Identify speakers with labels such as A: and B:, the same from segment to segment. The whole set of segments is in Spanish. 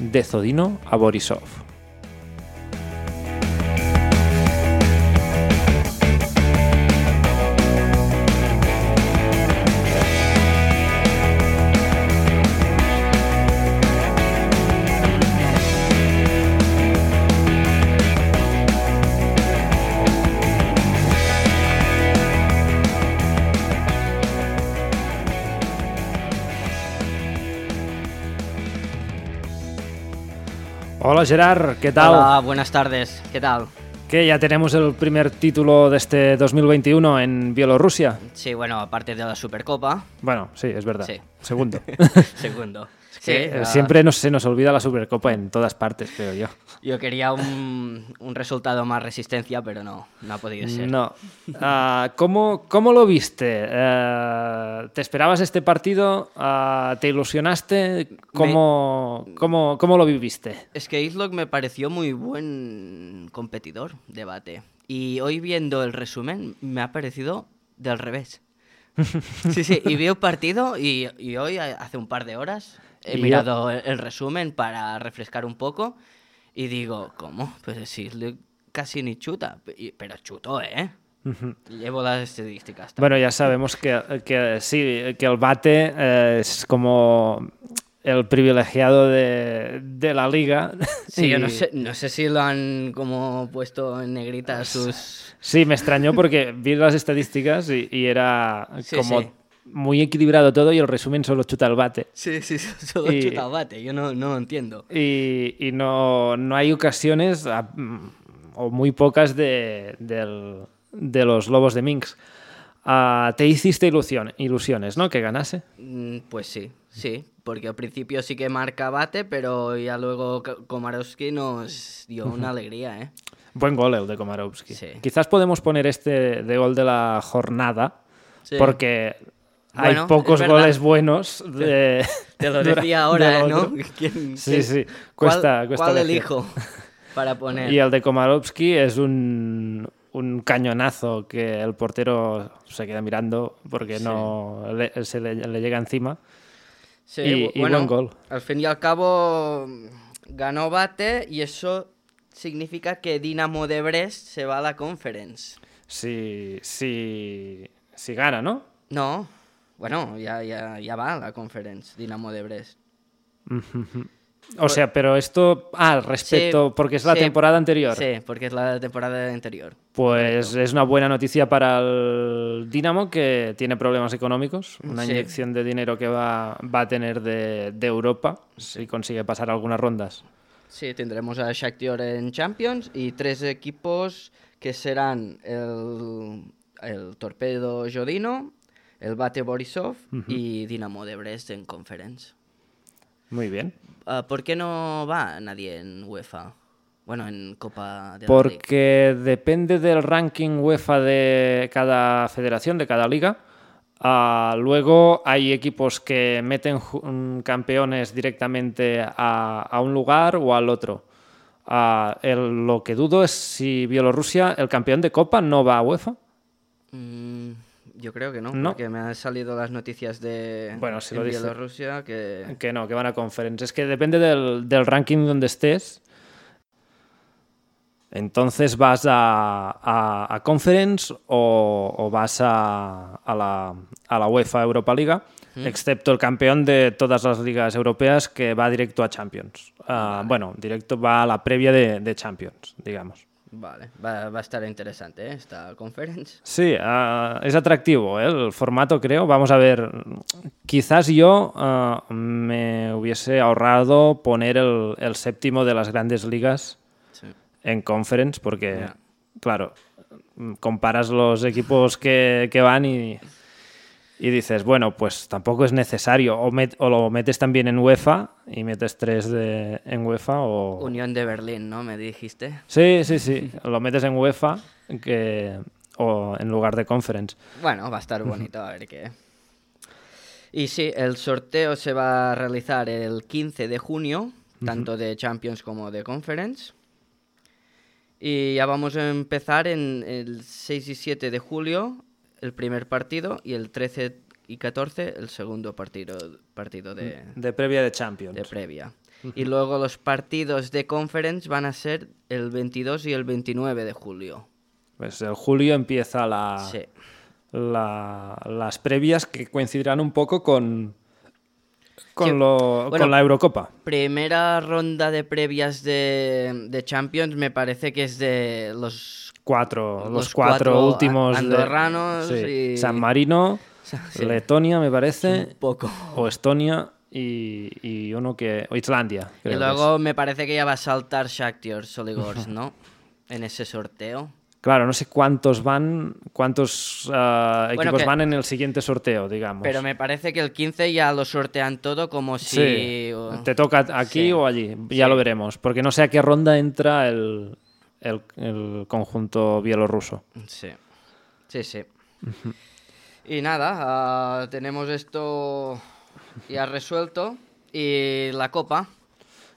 A: de Zodino a Borisov. Hola Gerard, ¿qué tal?
B: Hola, buenas tardes, ¿qué tal?
A: Que ya tenemos el primer título de este 2021 en Bielorrusia.
B: Sí, bueno, aparte de la Supercopa,
A: Bueno, sí, es verdad.
B: Sí.
A: Segundo.
B: segundo. Sí,
A: Que, eh,
B: ah,
A: Siempre nos, se nos olvida la Supercopa en todas partes, creo yo.
B: ah, Yo quería un, un resultado más resistencia, pero no, no ha podido ser.
A: No. Ah, ¿cómo, cómo lo viste? Eh, ¿Te esperabas este partido? Ah, ¿Te ilusionaste? ¿Cómo, cómo, cómo lo viviste?
B: Es que Islock me pareció muy buen competidor de bate. Y hoy viendo el resumen, me ha parecido del revés. Sí, sí, y vi un partido y, y hoy, a- hace un par de horas, he
A: Y ya-
B: mirado el, el resumen para refrescar un poco y digo, ¿cómo? Pues si Islock casi ni chuta, Y- pero chutó, ¿eh? Llevo las estadísticas. también.
A: Bueno, ya sabemos que, que sí, que el bate eh, es como el privilegiado de, de la liga.
B: Sí, yo
A: Y-
B: no sé, no sé si lo han como puesto en negrita
A: Pues,
B: sus...
A: Sí, me extrañó porque vi las estadísticas y, y era
B: Sí,
A: como
B: sí.
A: muy equilibrado todo y el resumen solo chuta el bate.
B: Sí, sí, solo
A: eh, Y-
B: chuta bate, yo no, no lo entiendo.
A: Y, y no, no hay ocasiones, a- mm, o muy pocas, de, del- de los lobos de Minx. Ah, te hiciste ilusión, ilusiones, ¿no? Que ganase.
B: Mm, Pues sí, sí, porque al principio sí que marca bate, pero ya luego K- Komarowski nos dio una alegría, ¿eh?
A: Buen gol el de Komarovski.
B: Sí.
A: Quizás podemos poner este de gol de la jornada,
B: Sí.
A: porque hay
B: Bueno, es
A: pocos
B: verdad.
A: goles buenos. De,
B: Te lo
A: dura-
B: decía ahora, ¿eh?
A: del
B: ¿no?
A: otro.
B: ¿Quién-
A: Sí,
B: quién-
A: sí,
B: cuál-
A: cuesta- cuesta
B: ¿Cuál
A: elegir.
B: elijo para poner?
A: Y el de Komarovsky es un, un cañonazo que el portero se queda mirando porque no le- se le, le llega encima.
B: Sí,
A: y-
B: bu-
A: y buen gol.
B: Al fin y al cabo mm, ganó bate y eso significa que Dinamo de Brest se va a la conference.
A: Si, si, si gana, ¿no?
B: No, bueno, ya, ya, ya va a la conference Dinamo de Brest.
A: O sea, pero esto. Ah, respecto.
B: Pues Sí,
A: porque es la
B: sí,
A: temporada anterior.
B: Sí, porque es la temporada anterior.
A: Pues es una buena noticia para el Dinamo que tiene problemas económicos. Una
B: Sí.
A: inyección de dinero que va, va a tener de, de Europa si consigue pasar algunas rondas.
B: Sí, tendremos a Shakhtar en Champions y tres equipos que serán el, el Torpedo Jodino, el Bate Borisov y Dinamo de Brest en Conference.
A: Muy bien.
B: Ah, ¿Por qué no va nadie en UEFA? Bueno, en Copa de la Liga.
A: Porque depende del ranking UEFA de cada federación, de cada liga. Ah, luego hay equipos que meten ju- mm, campeones directamente a, a un lugar o al otro. Ah, el- lo que dudo es si Bielorrusia, el campeón de Copa, no va a UEFA.
B: Mm, yo creo que no,
A: No.
B: porque me han salido las noticias de
A: Bueno, si
B: en
A: lo dice-
B: Bielorrusia que...
A: Que no, que van a conference. Es que depende del, del ranking donde estés. Entonces vas a, a, a conference o, o vas a, a la, a la UEFA Europa Liga, excepto el campeón de todas las ligas europeas que va directo a Champions. Ah, Bueno, directo va a la previa de, de Champions, digamos.
B: Vale, va, va a estar interesante ¿eh? esta conference.
A: Sí, ah, es atractivo ¿eh? el formato, creo. Vamos a ver, quizás yo ah, me hubiese ahorrado poner el, el séptimo de las grandes ligas
B: Sí.
A: en conference, porque,
B: Ya.
A: claro, comparas los equipos que, que van y, y dices, bueno, pues tampoco es necesario. O, met- o lo metes también en UEFA y metes tres de, en UEFA o...
B: Unión de Berlín, ¿no? Me dijiste.
A: Sí, sí, sí. Lo metes en UEFA que, o en lugar de conference.
B: Bueno, va a estar bonito, a ver qué. Y sí, el sorteo se va a realizar el 15 de junio, tanto de Champions como de Conference. Y ya vamos a empezar en el 6 y 7 de julio el primer partido y el 13 y 14 el segundo partido, partido de,
A: Mm. De previa de Champions.
B: de previa. Y luego los partidos de conference van a ser el 22 y el 29 de julio.
A: Pues el julio empieza la,
B: Sí.
A: la- las previas que coincidirán un poco con, con,
B: Sí,
A: lo-
B: bueno.
A: con la Eurocopa.
B: Primera ronda de previas de, de Champions me parece que es de los...
A: Cuatro, los,
B: Los
A: cuatro,
B: cuatro
A: últimos. de-
B: andorranos
A: sí.
B: y-
A: San Marino,
B: Sí.
A: Letonia, me parece,
B: Poco.
A: o Estonia y, y uno que. O Islandia.
B: Y
A: creo que es.
B: luego me parece que ya va a saltar Shakhtar Soligorsk, ¿no? En ese sorteo.
A: Claro, no sé cuántos van, cuántos ah,
B: Bueno,
A: equipos
B: que-
A: van en el siguiente sorteo, digamos.
B: Pero me parece que el 15 ya lo sortean todo como si... uh,
A: Sí,
B: o-
A: te toca aquí
B: sí.
A: o allí, ya lo veremos, porque no sé a qué ronda entra el, el- el conjunto bielorruso.
B: Sí, sí, sí. Y nada, ah, tenemos esto ya resuelto. Y la copa.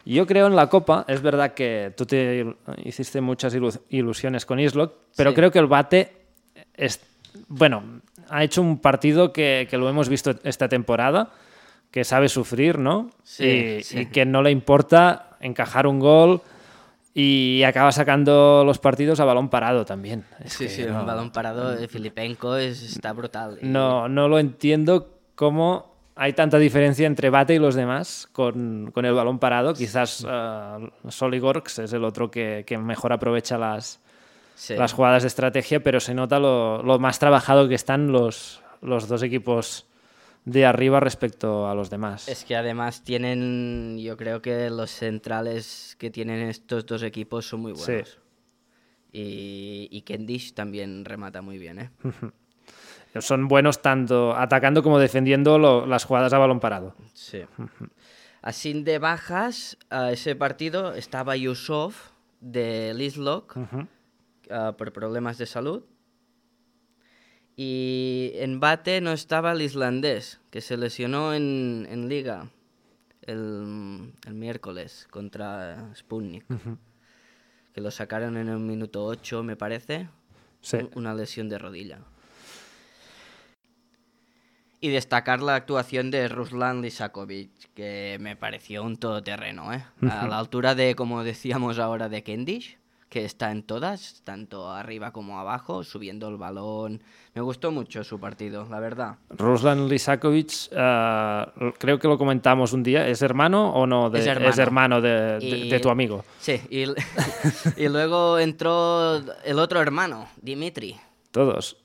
A: Yo creo en la Copa, es verdad que tú te il- hiciste muchas ilu- ilusiones con Islok, pero
B: Sí.
A: creo que el bate es bueno, ha hecho un partido que, que lo hemos visto esta temporada, que sabe sufrir, ¿no?
B: Sí,
A: y,
B: sí.
A: y que no le importa encajar un gol y acaba sacando los partidos a balón parado también. Es
B: Sí,
A: que
B: sí,
A: no- Mm.
B: un balón parado de Filipenko es- está brutal.
A: No, no lo entiendo cómo hay tanta diferencia entre Bate y los demás con, con el balón parado. Quizás uh, Soligorx es el otro que, que mejor aprovecha las,
B: Sí.
A: las jugadas de estrategia, pero se nota lo, lo más trabajado que están los, los dos equipos de arriba respecto a los demás.
B: Es que además tienen, yo creo que los centrales que tienen estos dos equipos son muy
A: Sí.
B: buenos. Y, y Kendish también remata muy bien, ¿eh?
A: Son buenos tanto atacando como defendiendo lo- las jugadas a balón parado.
B: Sí. Así de bajas, a ese partido estaba Yusuf de Lislock ah, por problemas de salud. Y en bate no estaba el islandés, que se lesionó en, en liga el, el miércoles contra Sputnik. Que lo sacaron en el minuto 8, me parece.
A: Sí.
B: u- Una lesión de rodilla. Y destacar la actuación de Ruslan Lisakovic, que me pareció un todoterreno, ¿eh? A la altura de, como decíamos ahora, de Kendish, que está en todas, tanto arriba como abajo, subiendo el balón. Me gustó mucho su partido, la verdad.
A: Ruslan Lisakovic, eh, creo que lo comentamos un día, ¿es hermano o no? de-
B: Es hermano.
A: de, de-
B: Y-
A: de tu amigo.
B: Sí, y, y luego entró el otro hermano, Dimitri.
A: Todos.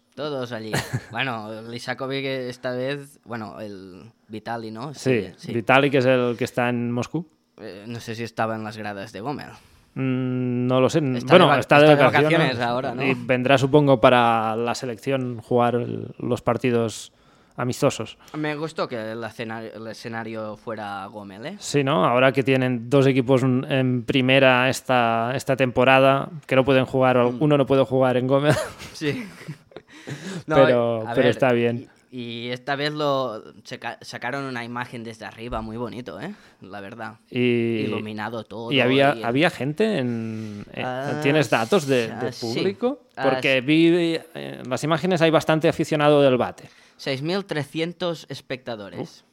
B: Todos allí. Bueno, Lisakovic esta vez, bueno, el Vitali, ¿no?
A: Sí, Vitali, que es el que está en Moscú.
B: Eh, no sé si estaba en las gradas de Gómez.
A: Mm, no lo sé.
B: de
A: bueno,
B: vac-
A: está de
B: está de
A: vacaciones,
B: vacaciones ahora, ¿no?
A: Y vendrá, supongo, para la selección jugar el- los partidos amistosos.
B: Me gustó que el, escena- el escenario fuera Gómez, ¿eh?
A: Sí, ¿no? Ahora que tienen dos equipos en- en primera esta, esta temporada, que no pueden jugar,
B: Mm.
A: uno no puede jugar en Gómez.
B: Sí.
A: Pero- pero está bien.
B: Y, y esta vez lo saca- sacaron una imagen desde arriba muy bonito, ¿eh? La verdad.
A: Y,
B: Iluminado todo.
A: ¿Y había,
B: y-
A: había gente en... en-
B: Ah,
A: ¿Tienes datos de, de
B: ah, sí.
A: público?
B: Ah,
A: Porque vi eh, en las imágenes hay bastante aficionado del bate.
B: 6.300 espectadores.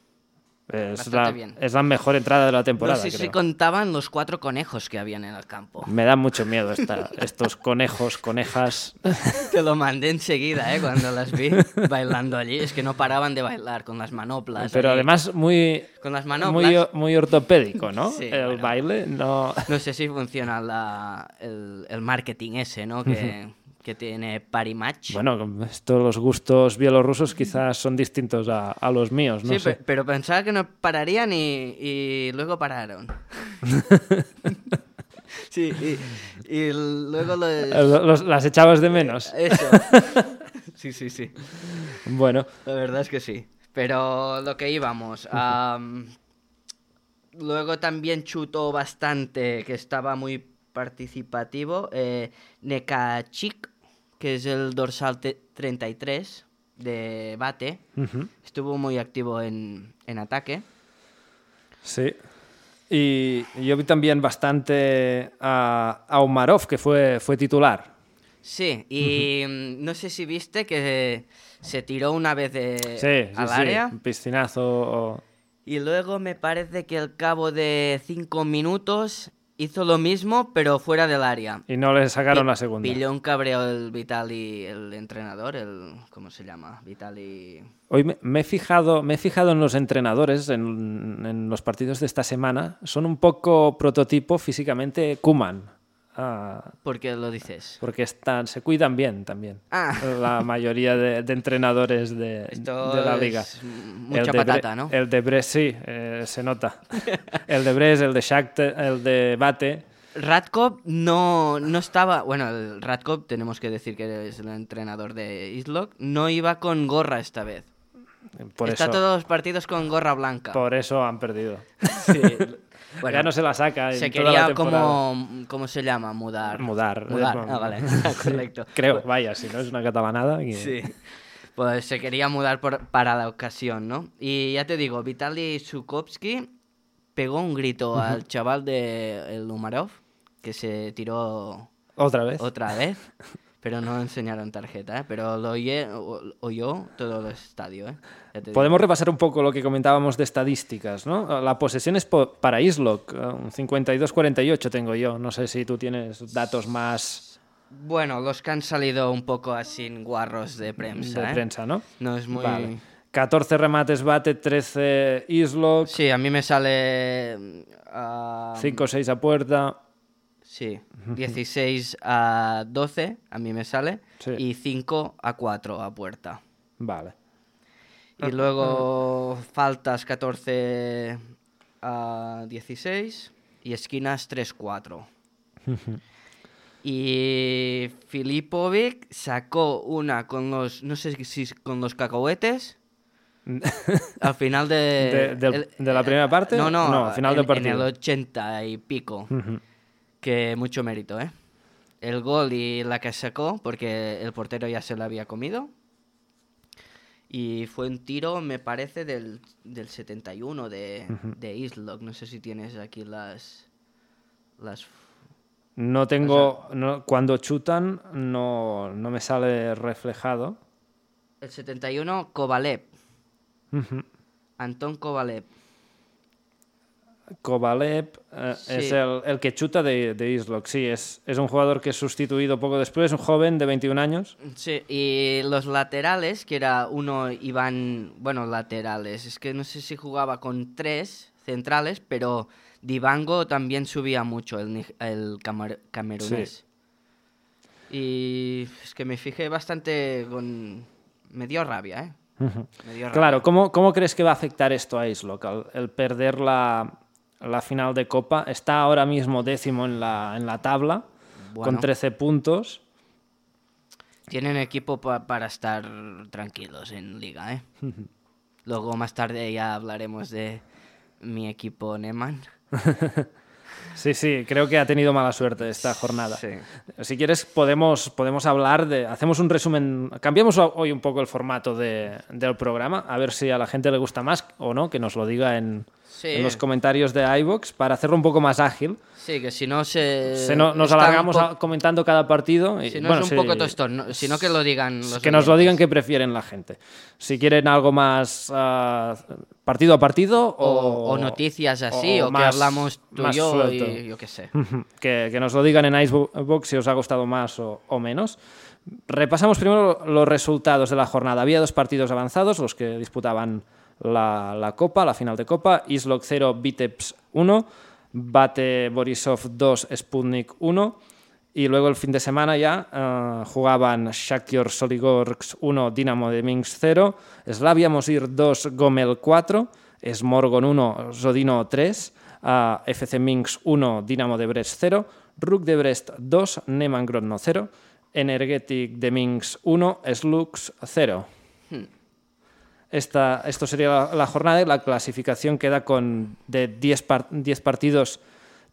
A: Es
B: Bastante
A: la,
B: bien.
A: es la mejor entrada de la
B: no
A: temporada.
B: sé si
A: creo.
B: contaban los cuatro conejos que habían en el campo.
A: Me da mucho miedo esta- estos conejos, conejas.
B: Ah, Te lo mandé enseguida, ¿eh? Cuando las vi bailando allí. Es que no paraban de bailar con las manoplas.
A: Pero
B: ahí.
A: además muy,
B: Con las
A: muy,
B: manoplas.
A: muy ortopédico, ¿no?
B: Ah, Sí,
A: El
B: bueno.
A: baile no...
B: No sé si funciona la- el, el marketing ese, ¿no? Que, que tiene Parimatch.
A: Bueno, con esto los gustos bielorrusos quizás son distintos a, a los míos, no
B: sí,
A: sé.
B: pe- pero pensaba que no pararían y, y luego pararon. sí, y, y luego lo...
A: Eh, lo- los- las echabas de menos.
B: Eso. sí, sí, sí. eh.
A: Bueno,
B: La verdad es que sí. Pero lo que íbamos. am, luego también chutó bastante, que estaba muy participativo. Eh, Nekachik, que es el dorsal te- 33 de bate. Estuvo muy activo en, en ataque.
A: Sí. Y yo vi también bastante a, a Umarov, que fue, fue titular.
B: Sí, y mm, no sé si viste que se tiró una vez de,
A: Sí, sí,
B: Eh, al
A: sí,
B: área.
A: un piscinazo. o-
B: Y luego me parece que al cabo de cinco minutos hizo lo mismo, pero fuera del área.
A: Y no le sacaron la segunda.
B: Pilló un cabreo el Vitali, el entrenador, el. ¿Cómo se llama? Vitali.
A: Hoy me, me he fijado, me he fijado en los entrenadores en, en los partidos de esta semana. Son un poco prototipo físicamente Ah, Kuman.
B: ¿Por qué lo dices?
A: Porque están, se cuidan bien también.
B: Ah.
A: La mayoría de, de entrenadores de,
B: Esto
A: de la liga.
B: es mucha
A: de Bre-
B: patata, ¿no?
A: El de Brest, sí, eh, se nota. el de Brest, el de Shakhtar, el de Bate.
B: Radkov no, no estaba. Bueno, el Radkov, tenemos que decir que es el entrenador de Islok, no iba con gorra esta vez.
A: Por
B: Está
A: eso,
B: todos los partidos con gorra blanca.
A: por eso han perdido.
B: Sí. Bueno,
A: ya no se la saca.
B: se
A: en toda la
B: quería
A: temporada.
B: como. ¿Cómo se llama? Mudar.
A: Mudar.
B: Mudar.
A: Es-
B: Ah, vale. Correcto.
A: Creo, vaya, si no es una catalanada. que-
B: Sí. Pues se quería mudar por- para la ocasión, ¿no? Y ya te digo, Vitaly Sukovsky pegó un grito al chaval de el Umarov, que se tiró
A: Otra vez.
B: otra vez, pero no enseñaron tarjeta, ¿eh? Pero lo oye- o- oyó todo el estadio, ¿eh? Ya te digo.
A: Podemos repasar un poco lo que comentábamos de estadísticas, ¿no? Ah, La posesión es po- para Islock, eh, un 52-48 tengo yo. No sé si tú tienes datos más
B: Bueno, los que han salido un poco así en guarros de prensa,
A: de
B: ¿eh?
A: prensa, ¿no?
B: No es muy...
A: Vale. 14 remates bate, 13 Islock,
B: Sí, a mí me sale... mm, ah,
A: 5-6 a puerta.
B: Sí, 16 a 12 a mí me sale
A: Sí.
B: y 5 a 4 a puerta.
A: Vale. Ah,
B: Y luego faltas 14 a 16 y esquinas 3-4. y Filipovic sacó una con los, no sé si es con los cacahuetes. al final de,
A: De- del- de la primera parte?
B: No, no,
A: No, al final
B: en-
A: del partido.
B: En el 80 y pico. que mucho mérito, ¿eh? El gol y la que sacó, porque el portero ya se la había comido. Y fue un tiro, me parece, del, del 71 de, de Islog. No sé si tienes aquí las. las...
A: No
B: Pues,
A: tengo.
B: ah.
A: no- cuando chutan, no, no me sale reflejado.
B: El 71, Kovalev. Anton Kovalev.
A: Kovalev eh,
B: Sí.
A: es el, el que chuta de, de Islock. Sí, es, es un jugador que es sustituido poco después, un joven de 21 años.
B: Sí, y los laterales, que era uno, Iván, bueno, laterales, es que no sé si jugaba con tres centrales, pero Divango también subía mucho, el, nij- el camar- camerunés. Y es que me fijé bastante con... Me dio rabia, ¿eh? Me dio rabia.
A: Claro, ¿cómo, cómo crees que va a afectar esto a Islock? El, el perder la, la final de Copa. Está ahora mismo décimo en la, en la tabla,
B: Bueno.
A: con 13 puntos.
B: Tienen equipo pa- para estar tranquilos en liga, ¿eh? Luego más tarde ya hablaremos de mi equipo Neman.
A: Sí, sí, creo que ha tenido mala suerte esta jornada.
B: Sí.
A: Si quieres, podemos, podemos hablar de. Hacemos un resumen. Cambiamos ho- hoy un poco el formato de- del programa, a ver si a la gente le gusta más o no, que nos lo diga en,
B: Sí.
A: en los comentarios de iBox para hacerlo un poco más ágil.
B: Sí, que si no se...
A: Se no- nos
B: Eh, está un
A: alargamos
B: po-
A: a- comentando cada partido. y,
B: Si no
A: bueno,
B: es un
A: si-
B: poco tostón, no- sino que lo digan los
A: que nos lo digan
B: oyentes.
A: que prefieren la gente. Si quieren algo más ah, partido a partido o,
B: O, o noticias así, o, que
A: más-
B: hablamos tú y
A: más
B: yo,
A: suelto. Mm.
B: y yo qué sé.
A: Ujú. que, que nos lo digan en Icebox si os ha gustado más o, o menos. Repasamos primero los resultados de la jornada. Había dos partidos avanzados, los que disputaban la, la Copa, la final de Copa. Islok 0, Vitebs 1, Bate Borisov 2, Sputnik 1. Y luego el fin de semana ya eh, jugaban Shakhtar Soligorsk 1, Dinamo de Minsk 0, Slavia Mosir 2, Gomel 4, Smorgon 1, Zodino 3, a FC eh, Minsk 1, Dinamo de Brest 0, Rook de Brest 2, Neman Grodno 0, Energetic de Minsk 1, Slux 0. Esta, esto sería la, la jornada y la clasificación queda con de 10, par- 10 partidos,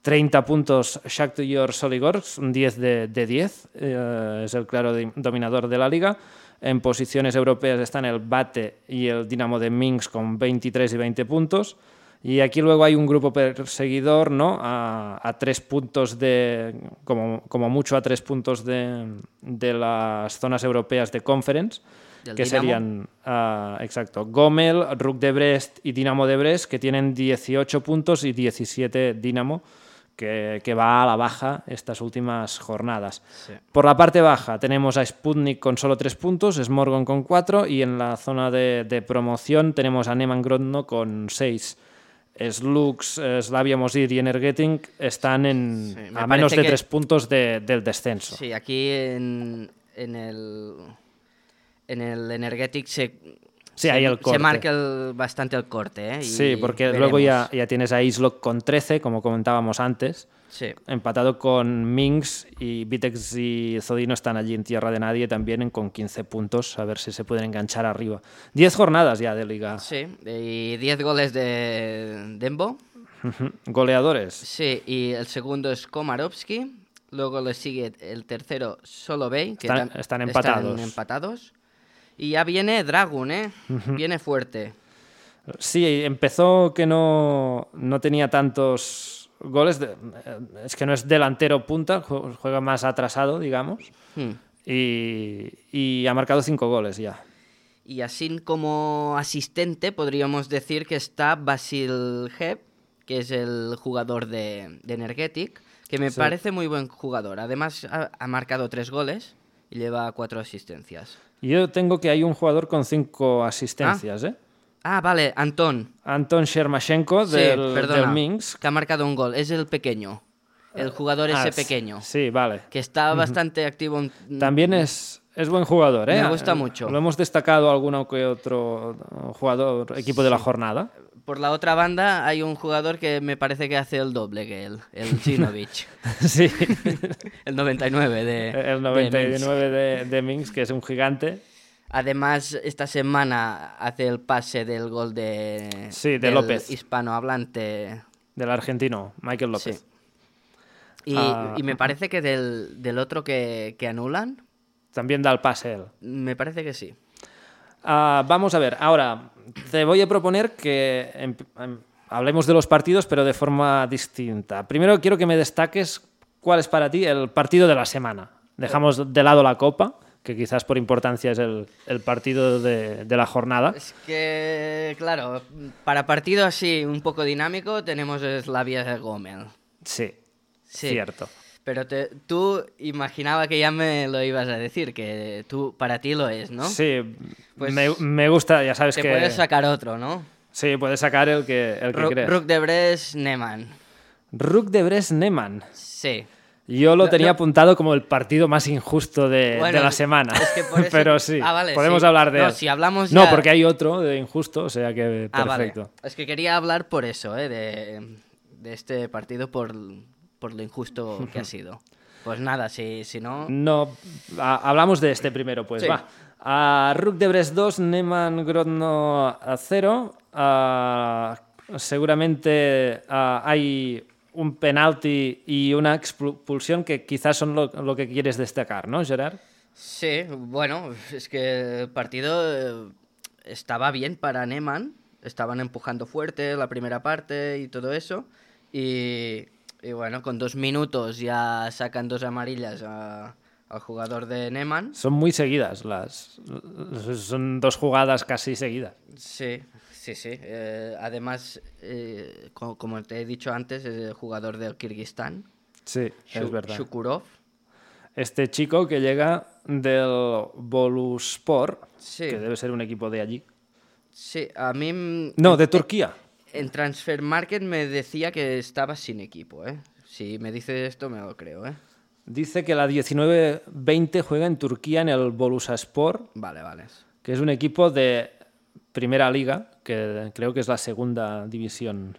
A: 30 puntos Shakhtar Soligorsk, un 10 de, de 10, eh, es el claro di- dominador de la liga. En posiciones europeas están el Bate y el Dinamo de Minsk con 23 y 20 puntos. Y aquí luego hay un grupo perseguidor, ¿no? A, a tres puntos de. Como, como mucho a tres puntos de, de las zonas europeas de conference
B: Del
A: que
B: Dinamo.
A: serían, ah, exacto, Gomel, Rook de Brest y Dinamo de Brest, que tienen 18 puntos y 17 Dinamo, que, que va a la baja estas últimas jornadas.
B: Sí.
A: Por la parte baja tenemos a Sputnik con solo 3 puntos, Smorgon con 4 y en la zona de, de promoción tenemos a Neman Grodno con 6. Slux, eh, Slavia Mosir y Energeting están en,
B: Sí, me
A: a menos
B: parece
A: de
B: que-
A: 3 puntos de- del descenso.
B: Sí, aquí en, en el en el Energetic se,
A: Sí, ahí el
B: se
A: corte.
B: marca el- bastante el corte, ¿eh? Y
A: Sí, porque luego ya,
B: veremos.
A: ya tienes a Islock con 13, como comentábamos antes,
B: Sí,
A: empatado con Minx y Vitex y Zodino están allí en tierra de nadie también en- con 15 puntos, a ver si se pueden enganchar arriba. 10 jornadas ya de liga.
B: sí. Y 10 goles de Dembo.
A: Goleadores.
B: Sí, y el segundo es Komarovsky. Luego le sigue el tercero Solovey. que
A: Están-
B: tam-
A: están empatados.
B: empatados. Y ya viene Dragon, ¿eh? Viene fuerte.
A: Sí, empezó que no, no tenía tantos goles. de- eh, es que no es delantero punta, ju- juega más atrasado, digamos.
B: Hmm.
A: Y, y ha marcado 5 goles ya.
B: Y así como asistente podríamos decir que está Basil Heb, que es el jugador de, de Energetic, que me
A: Sí.
B: parece muy buen jugador. Además ha, ha marcado tres goles y lleva cuatro asistencias.
A: Yo tengo que hay un jugador con 5 asistencias, ¿eh?
B: Ah, vale, Antón.
A: Anton Shermashenko
B: Sí,
A: del,
B: perdona,
A: del Minsk.
B: que ha marcado un gol. Es el pequeño, el jugador
A: Ah,
B: ese
A: sí,
B: pequeño,
A: Sí, vale.
B: que está bastante activo. en- mm,
A: También es, es buen jugador, ¿eh?
B: Me gusta mucho.
A: Lo hemos destacado alguno que otro uh, jugador, equipo de la jornada.
B: Por la otra banda hay un jugador que me parece que hace el doble que él, el Zinovich.
A: Sí,
B: el 99 de... de
A: el
B: Minsk.
A: 99 de, de Minsk, que es un gigante.
B: Además, esta semana hace el pase del gol de,
A: Sí, de
B: del
A: López.
B: hispanohablante.
A: Del argentino, Michael
B: Sí.
A: López.
B: Y,
A: Ah.
B: y me parece que del, del otro que, que anulan,
A: También da el pase él.
B: me parece que sí.
A: Ah, vamos a ver, ahora te voy a proponer que em- em- hablemos de los partidos, pero de forma distinta. Primero quiero que me destaques cuál es para ti el partido de la semana. Dejamos de lado la copa, que quizás por importancia es el, el partido de, de la jornada.
B: Es que, claro, para partido así un poco dinámico tenemos Slavia de Gómez.
A: Sí,
B: Sí.
A: cierto.
B: Pero te- tú imaginaba que ya me lo ibas a decir, que tú para ti lo es, ¿no?
A: Sí,
B: Pues
A: me, me gusta, ya sabes
B: Te
A: que...
B: puedes sacar otro, ¿no?
A: Sí, puedes sacar el que, el que
B: Ru-
A: creas.
B: Rook de Bres, Neman.
A: Rook de Brest-Neman.
B: Sí.
A: Yo lo
B: No,
A: tenía
B: no.
A: apuntado como el partido más injusto de,
B: Bueno,
A: de la semana.
B: es que por eso-
A: Pero sí,
B: Ah, vale,
A: podemos
B: sí.
A: hablar de
B: No,
A: él.
B: si hablamos
A: No,
B: ya-
A: porque hay otro de injusto, o sea que
B: Ah, vale.
A: perfecto.
B: Es que quería hablar por eso, ¿eh? de, de este partido, por, por lo injusto que ha sido. Pues nada, si, si no...
A: No, ha- hablamos de este primero, pues
B: Sí.
A: va. A Rook de Brest 2, Neman Grodno a 0. Ah, seguramente ah, hay un penalti y una expulsión que quizás son lo, lo que quieres destacar, ¿no, Gerard?
B: Sí, bueno, es que el partido eh, estaba bien para Neman. Estaban empujando fuerte la primera parte y todo eso. Y, y bueno, con dos minutos ya sacan dos amarillas a- al jugador de Neman.
A: Son muy seguidas las. Son dos jugadas casi seguidas.
B: Sí, sí, sí. Eh, además, eh, co- como te he dicho antes, es el jugador del Kirguistán.
A: Sí, es
B: Shu-
A: verdad.
B: Shukurov.
A: Este chico que llega del Boluspor,
B: Sí.
A: que debe ser un equipo de allí.
B: Sí, a mí mm,
A: No, de Turquía.
B: en Transfer Market me decía que estaba sin equipo, ¿eh? Si me dice esto, me lo creo, ¿eh?
A: Dice que la 19-20 juega en Turquía en el Bolusaspor,
B: Vale, vale.
A: que es un equipo de primera liga, que creo que es la segunda división,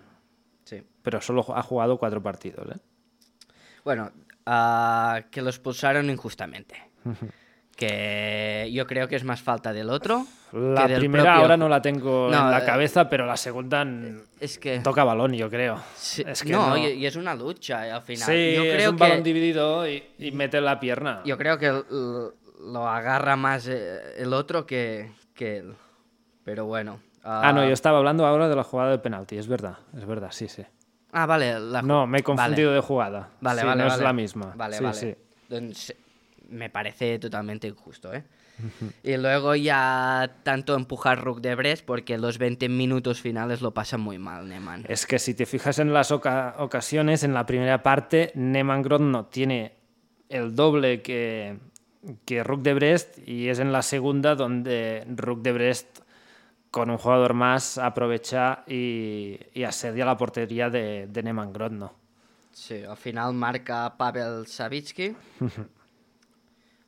B: Sí.
A: pero solo ha jugado cuatro partidos. ¿eh?
B: Bueno, ah, que los pulsaron injustamente. que yo creo que es más falta del otro.
A: La
B: que del
A: primera
B: propio
A: ahora
B: ju-
A: no la tengo en
B: No,
A: la
B: eh,
A: cabeza, pero la segunda n-
B: Es que...
A: toca balón, yo creo.
B: Sí,
A: Es que
B: no,
A: no.
B: Y, y es una lucha eh, al final.
A: Sí,
B: yo creo
A: es un
B: que,
A: balón dividido y, y mete la pierna.
B: Yo creo que l- lo agarra más eh, el otro que, que él. Pero bueno.
A: Ah, no, yo estaba hablando ahora de la jugada de penalti, es verdad, es verdad, sí, sí.
B: Ah, vale. la ju-
A: No, me he confundido de
B: Vale,
A: jugada.
B: vale,
A: Sí,
B: vale.
A: no es
B: vale.
A: la misma.
B: Vale,
A: Sí,
B: vale.
A: sí.
B: Entonces, me parece totalmente injusto. ¿eh? Y luego ya tanto empujar Rook de Bres porque los 20 minutos finales lo pasan muy mal Neman.
A: Es que si te fijas en las oca- ocasiones, en la primera parte, Neman Grodno tiene el doble que, que Rook de Brest y es en la segunda donde Rook de Brest con un jugador más aprovecha y, y asedia la portería de, de Neman Grodno.
B: Sí, al final marca Pavel Savitsky.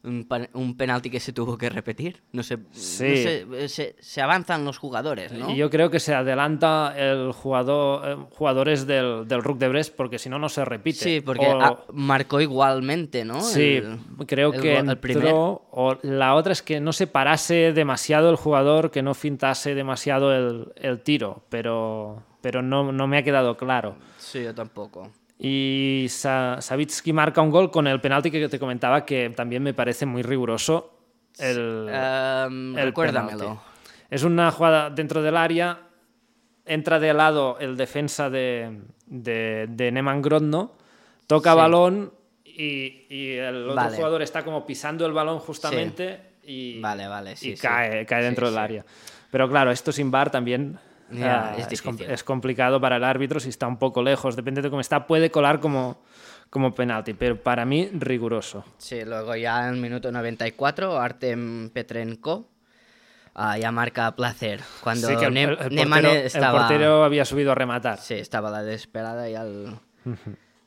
B: Un, pa- un penalti que se tuvo que repetir. No sé. no
A: Sí.
B: sé, se, se avanzan los jugadores, ¿no?
A: Y yo creo que se adelanta el jugador, eh, jugadores del, del Rook de Brest porque si no, no se repite.
B: Sí, porque
A: O-
B: ah, marcó igualmente, ¿no?
A: Sí,
B: El-
A: creo
B: el
A: que
B: gol- el
A: entró,
B: primer.
A: o la otra es que no se parase demasiado el jugador, que no fintase demasiado el, el tiro, pero, pero no, no me ha quedado claro.
B: Sí, yo tampoco.
A: Y Sa- Savitsky marca un gol con el penalti que te comentaba, que también me parece muy riguroso. El,
B: Em,
A: el
B: recuérdamelo.
A: penalti. Es una jugada dentro del área. Entra de lado el defensa de, de, de Neman Grodno. Toca
B: Sí.
A: balón y, y el otro
B: Vale.
A: jugador está como pisando el balón justamente y,
B: Vale, vale, sí,
A: y
B: sí.
A: cae, cae
B: Sí,
A: dentro del
B: sí.
A: área. Pero claro, esto sin VAR también
B: Ya,
A: ah,
B: es
A: es, com-
B: difícil.
A: es complicado para el árbitro si está un poco lejos. Depende de cómo está, puede colar como, como penalti, pero para mí riguroso.
B: Sí, luego ya en el minuto 94, Artem Petrenko ah, ya marca placer. Cuando
A: Sí, que el,
B: Ne-
A: el- el
B: Neman
A: portero, el
B: estaba,
A: portero había subido a rematar.
B: sí, estaba la desesperada y al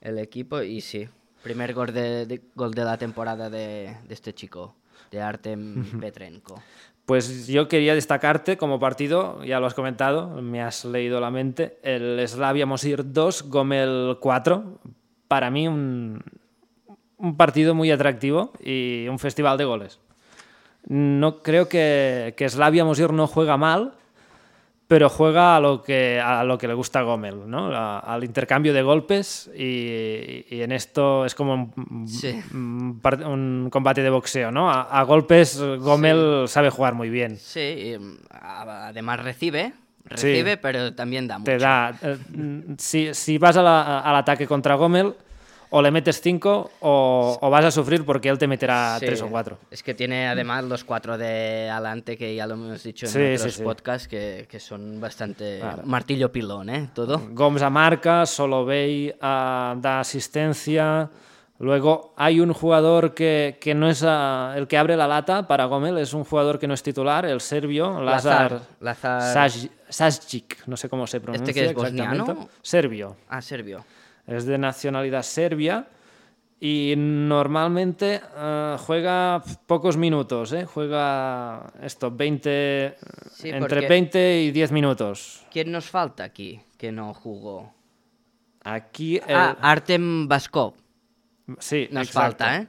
B: el equipo, y sí. Primer gol de, de- gol de la temporada de, de este chico, de Artem Petrenko.
A: Pues yo quería destacarte como partido, ya lo has comentado, me has leído la mente, el Slavia Mosir 2, Gomel 4. Para mí un, un partido muy atractivo y un festival de goles. No creo que, que Slavia Mosir no juega mal, pero juega a lo que, a lo que le gusta a Gomel, ¿no? A- al intercambio de golpes y, y en esto es como un,
B: Sí.
A: un par- mm, un combate de boxeo, ¿no? A, a golpes Gomel sabe jugar muy bien.
B: Sí, y, mm, a- además recibe, recibe, pero también da mucho.
A: Te da... eh, mm, si, si vas a la- al ataque contra Gomel, o le metes 5 o, o vas a sufrir porque él te meterá
B: Sí.
A: 3 o 4.
B: Es que tiene además los cuatro de adelante que ya lo hemos dicho en
A: Sí, sí,
B: otros
A: sí.
B: podcasts que, que son bastante martillo pilón, ¿eh? Todo.
A: Gomes a marca, Solovey ah, da asistencia. Luego hay un jugador que, que no es ah, el que abre la lata para Gomel, es un jugador que no es titular, el serbio, Lazar,
B: Lazar. ¿Este
A: Saj- Sajic, no sé cómo se pronuncia.
B: que es bosniano?
A: exactamente. Serbio,
B: Ah, serbio.
A: es de nacionalidad serbia y normalmente ah, juega pocos minutos, ¿eh? juega esto, 20,
B: Sí,
A: entre
B: porque-
A: 20 y 10 minutos.
B: ¿Quién nos falta aquí que no jugó?
A: Aquí el,
B: Ah, Artem Baskov.
A: Sí,
B: Nos
A: exacto.
B: falta, ¿eh?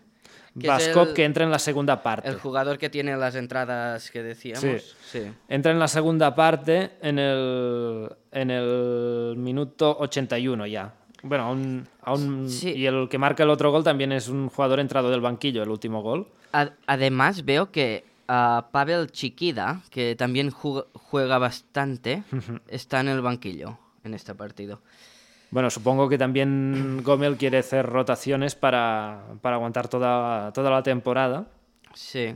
B: Que es
A: Vaskov
B: el-
A: que entra en la segunda parte.
B: El jugador que tiene las entradas que decíamos. Sí.
A: Entra en la segunda parte en el, en el minuto 81 ya. Bueno, aún, aún-
B: Sí.
A: Y el que marca el otro gol también es un jugador entrado del banquillo, el último gol.
B: Ad- además veo que ah, Pavel Chiquida, que también ju- juega bastante, está en el banquillo en este partido.
A: Bueno, supongo que también Gomel quiere hacer rotaciones para, para aguantar toda, toda la temporada.
B: Sí.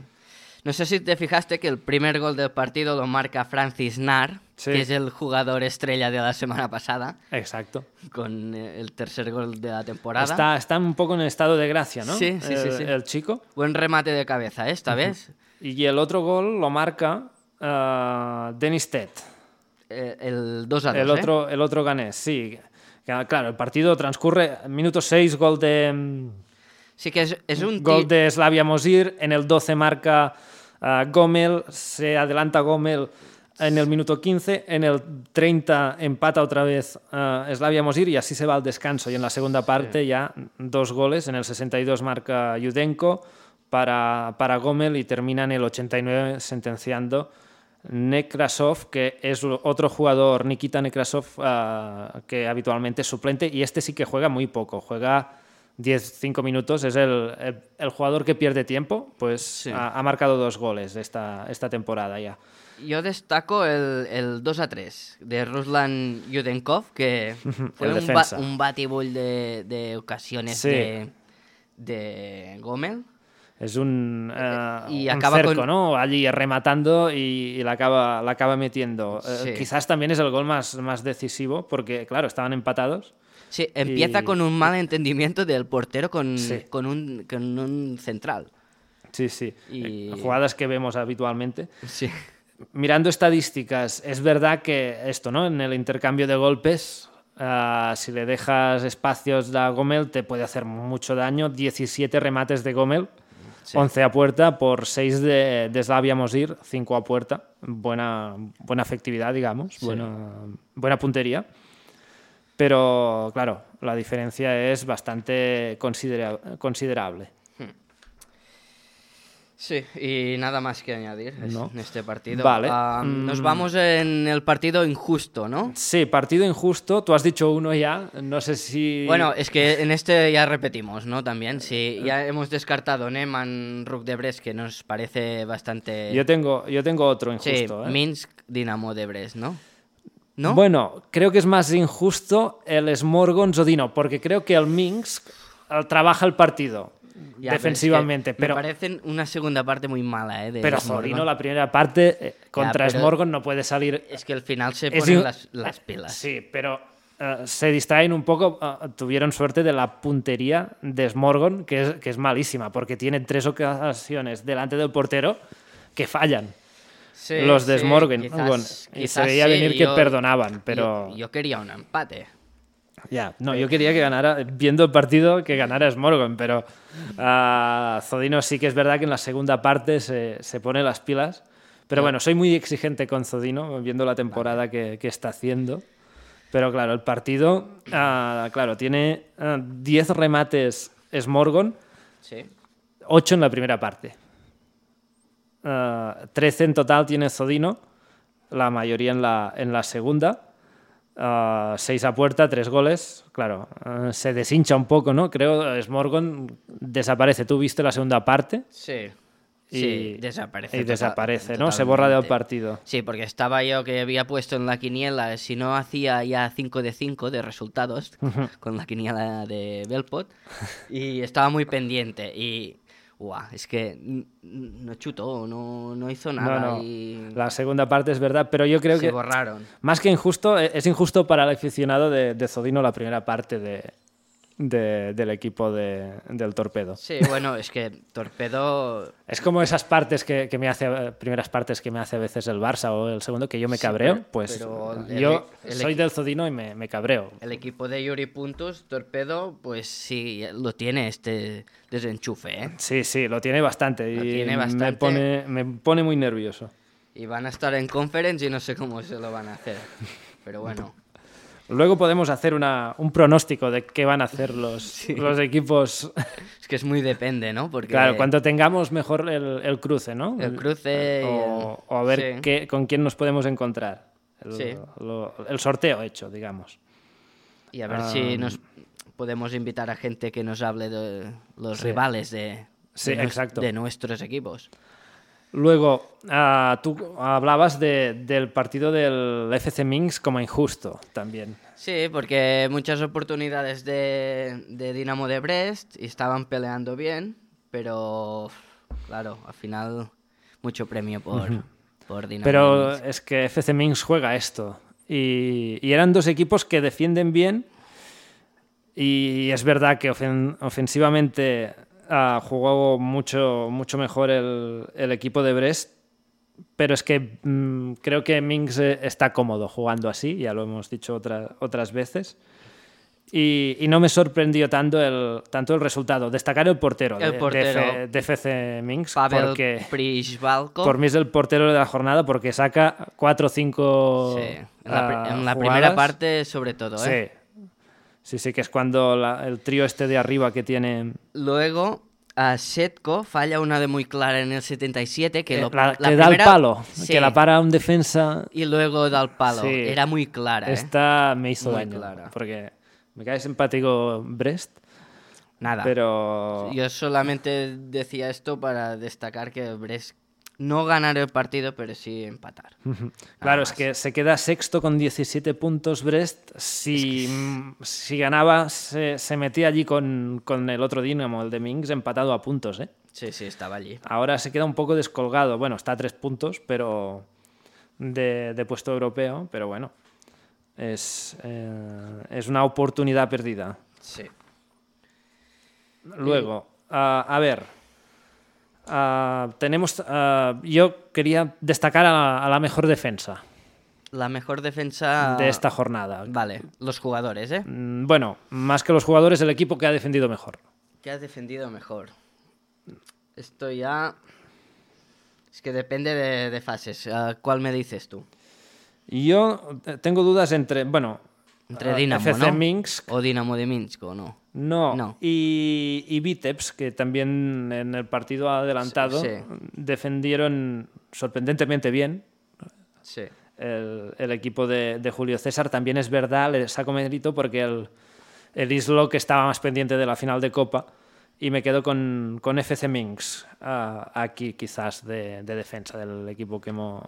B: No sé si te fijaste que el primer gol del partido lo marca Francis Nar,
A: Sí.
B: que es el jugador estrella de la semana pasada,
A: Exacto.
B: con eh, el tercer gol de la temporada.
A: Está, está un poco en estado de gracia, ¿no?
B: Sí, sí, sí,
A: El-
B: sí.
A: el chico.
B: Buen remate de cabeza ¿eh? esta vez.
A: Y el otro gol lo marca eh, Dennis Ted,
B: Eh, el 2 a ¿eh? 2.
A: el otro, el otro ganés, sí. Que, Claro, el partido transcurre minuto 6, gol de,
B: Sí que es, es un
A: gol
B: ti-
A: de Slavia Mosir, en el 12 marca eh, Gomel, se adelanta Gomel en el minuto 15, en el 30 empata otra vez eh, Slavia Mosir y así se va al descanso. Y en la segunda parte ya dos goles, en el 62 marca Yudenko para, para Gomel y termina en el 89 sentenciando. Nekrasov, que es otro jugador, Nikita Nekrasov, eh, que habitualmente es suplente, y este sí que juega muy poco, juega 10-5 minutos, es el, el- el jugador que pierde tiempo, pues ha, ha marcado dos goles esta, esta temporada ya.
B: Yo destaco el, el 2 a 3 de Ruslan Yudenkov, que fue
A: El
B: un, ba
A: defensa.
B: un batibull de, de ocasiones
A: Sí.
B: de, de Gomel.
A: Es un, eh,
B: Y
A: un
B: acaba
A: cerco,
B: con-
A: ¿no? Allí rematando y, y la, acaba, la acaba metiendo. Eh,
B: Sí.
A: quizás también es el gol más, más decisivo porque, claro, estaban empatados.
B: Sí, empieza
A: Y-
B: con un mal entendimiento del portero con,
A: Sí.
B: con, un, con un central.
A: Sí, sí.
B: Y-
A: Eh, Jugadas que vemos habitualmente.
B: Sí.
A: Mirando estadísticas, es verdad que esto, ¿no? En el intercambio de golpes, ah, si le dejas espacios a Gomel, te puede hacer mucho daño. 17 remates de Gomel, 11 a puerta por 6 de, de Slavia Mosir, 5 a puerta. Buena, buena efectividad, digamos, buena, buena puntería. Pero, claro, la diferencia es bastante considera- considerable.
B: Sí, y nada más que añadir es-
A: No.
B: en este partido.
A: Vale,
B: Ah,
A: mm.
B: Nos vamos en el partido injusto, ¿no?
A: Sí, partido injusto. Tú has dicho uno ya. No sé si.
B: Bueno, es que en este ya repetimos, ¿no? También,
A: Eh,
B: sí, ya hemos descartado Neman, Rook de Brest, que nos parece bastante...
A: Yo tengo, yo tengo otro
B: Eh, sí,
A: injusto. ¿eh?
B: Minsk, Dinamo de Brest, ¿no? ¿No?
A: Bueno, creo que es más injusto el Smorgon Zodino, porque creo que el Minsk eh, trabaja el partido
B: Ya, pero es que
A: defensivamente, pero,
B: Me
A: pero,
B: parecen una segunda parte muy mala, ¿eh? de Smorgon.
A: Zodino la primera parte eh, contra
B: pero-
A: Smorgon no puede salir.
B: Es que al final se
A: Es
B: ponen
A: in-
B: las, las pilas.
A: Sí, pero eh, se distraen un poco. eh, tuvieron suerte de la puntería de Smorgon, que es, que es malísima, porque tiene tres ocasiones delante del portero que fallan.
B: Sí,
A: los de
B: sí,
A: Smorgon.
B: quizás-
A: bueno, y se
B: quizás
A: veía
B: sí,
A: venir
B: yo-
A: que perdonaban,
B: yo-
A: pero.
B: Yo, quería un empate.
A: Ya, no, yo quería que ganara, viendo el partido, que ganara Smorgon, pero ah, Zodino sí que es verdad que en la segunda parte se, se pone las pilas. Pero bueno, soy muy exigente con Zodino, viendo la temporada que, que está haciendo. Pero claro, el partido, ah, claro, tiene ah, 10 remates Smorgon,
B: Sí.
A: 8 en la primera parte. Ah, 13 en total tiene Zodino, la mayoría en la, en la segunda. 6 a puerta, 3 goles. Claro, ah, se deshincha un poco, ¿no? Creo eh, Smorgon desaparece. Tú viste la segunda parte
B: Sí.
A: y
B: sí, desaparece.
A: y
B: total-
A: desaparece, ¿no? Se borra del
B: totalmente.
A: partido.
B: Sí, porque estaba yo que había puesto en la quiniela, si no hacía ya 5 de 5 de resultados con la quiniela de Belpot, y estaba muy pendiente. Y, guau, es que n- n- no chutó, no, no hizo
A: No,
B: nada.
A: no.
B: Y
A: La segunda parte es verdad, pero yo creo
B: se
A: que
B: borraron.
A: Más que injusto, eh, es injusto para el aficionado de, de Zodino la primera parte de, de- del equipo de- del Torpedo.
B: Sí, bueno, es que Torpedo
A: Es como esas partes que, que me hace, eh, primeras partes que me hace a veces el Barça o el segundo, que yo me
B: Sí,
A: cabreo.
B: pero-
A: pues
B: pero el-
A: yo
B: el-
A: soy del Zodino y me, me cabreo.
B: El equipo de Yuri Puntos, Torpedo, pues sí, lo tiene este desenchufe, ¿eh?
A: Sí, sí, lo tiene bastante.
B: Lo
A: y
B: tiene
A: Me
B: bastante.
A: pone, me pone muy nervioso.
B: Y van a estar en conference y no sé cómo se lo van a hacer. Pero bueno,
A: Luego podemos hacer una- un pronóstico de qué van a hacer los, los equipos.
B: es que es muy depende, ¿no? Porque
A: Claro, cuando tengamos mejor el, el cruce, ¿no?
B: el cruce... y
A: o,
B: el-
A: o a ver
B: sí.
A: qué- con quién nos podemos encontrar. El,
B: Sí.
A: lo- el sorteo hecho, digamos.
B: Y a ver
A: Ah.
B: si nos podemos invitar a gente que nos hable de los rivales de,
A: Sí,
B: de nues-
A: exacto.
B: de nuestros equipos.
A: Luego, ah, tú hablabas de- del partido del FC Minsk como injusto también.
B: Sí, porque muchas oportunidades de, de Dinamo de Brest y estaban peleando bien, pero claro, al final mucho premio por, por Dinamo. de
A: Pero
B: Minsk.
A: es que FC Minsk juega esto. Y, y eran dos equipos que defienden bien. Y es verdad que ofen- ofensivamente ah, jugó mucho, mucho mejor el, el equipo de Brest. Pero es que mm, creo que Minsk eh, está cómodo jugando así, ya lo hemos dicho otra- otras veces. Y, y no me sorprendió tanto el, tanto el resultado. Destacar el portero,
B: El
A: de-
B: portero.
A: De, F- de FC Minsk.
B: Pavel
A: porque...
B: Prisbalko,
A: Por mí es el portero de la jornada porque saca 4 o 5.
B: sí, en la, pri- en la
A: jugadas.
B: primera parte sobre todo. ¿eh?
A: Sí. sí, sí, que es cuando la- el trío este de arriba que tiene.
B: Luego a Setko falla una de muy clara en el 77 que,
A: eh,
B: lo-
A: la,
B: la
A: que da el
B: primera-
A: palo,
B: sí,
A: que la para un defensa.
B: y luego da el palo.
A: Sí.
B: Era muy clara. ¿eh?
A: Esta me hizo
B: Muy
A: daño.
B: clara.
A: Porque me cae simpático Brest,
B: Nada.
A: pero. Oh.
B: Yo solamente decía esto para destacar que Brest no ganar el partido, pero sí empatar. Nada
A: Claro, es
B: más.
A: que se queda sexto con 17 puntos Brest. Si, si ganaba, se, se metía allí con, con el otro Dinamo, el de Minsk, empatado a puntos. ¿eh?
B: Sí, sí, estaba allí.
A: Ahora se queda un poco descolgado. Bueno, está a tres puntos, pero de, de puesto europeo, pero bueno. Es, eh, es una oportunidad perdida.
B: Sí.
A: Luego, ah, a ver. ah, tenemos. ah, yo quería destacar a la- a la mejor defensa.
B: La mejor defensa
A: de esta jornada.
B: Vale, los jugadores, ¿eh?
A: Mm, Bueno, más que los jugadores, el equipo que ha defendido mejor.
B: ¿Qué has defendido mejor? Esto ya. Es que depende de, de fases. Ah, ¿Cuál me dices tú?
A: Yo eh, tengo dudas entre, bueno,
B: Entre
A: ah,
B: Dinamo,
A: FC
B: ¿no?
A: Minsk,
B: ¿O Dinamo de Minsk o no?
A: no,
B: No.
A: y, y Vitebsk, que también en el partido adelantado
B: Sí,
A: defendieron sorprendentemente bien.
B: Sí.
A: El, el equipo de, de Julio César también es verdad, le saco mérito porque el, el Islo que estaba más pendiente de la final de Copa y me quedo con, con FC Minsk ah, aquí quizás de, de defensa del equipo que hemos,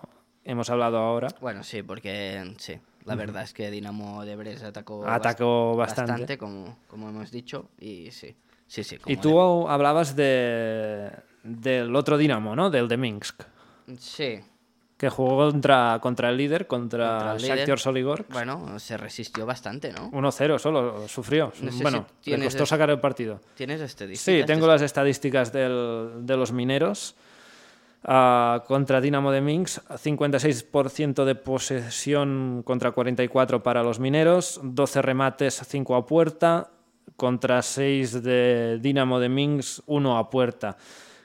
A: hemos hablado ahora.
B: Bueno, sí, porque sí. La verdad es que Dinamo de Brest atacó,
A: Atacó
B: bast-
A: bastante.
B: como, como hemos dicho, y sí. Sí, sí.
A: Y
B: como
A: tú hablabas de, del otro Dinamo, ¿no? Del de Minsk,
B: de- Sí.
A: que jugó contra, contra el líder, contra,
B: Contra el líder.
A: Shakhtar Soligor.
B: Bueno, se resistió bastante, ¿no?
A: 1-0 solo, sufrió.
B: No sé
A: bueno,
B: si
A: le
B: tienes
A: costó
B: es-
A: sacar el partido.
B: ¿Tienes estadísticas? este
A: Sí, tengo las estadísticas del- de los mineros. Ah, contra Dinamo de Minsk, 56% de posesión contra 44 para los mineros, 12 remates, 5 a puerta, contra 6 de Dinamo de Minsk, 1 a puerta.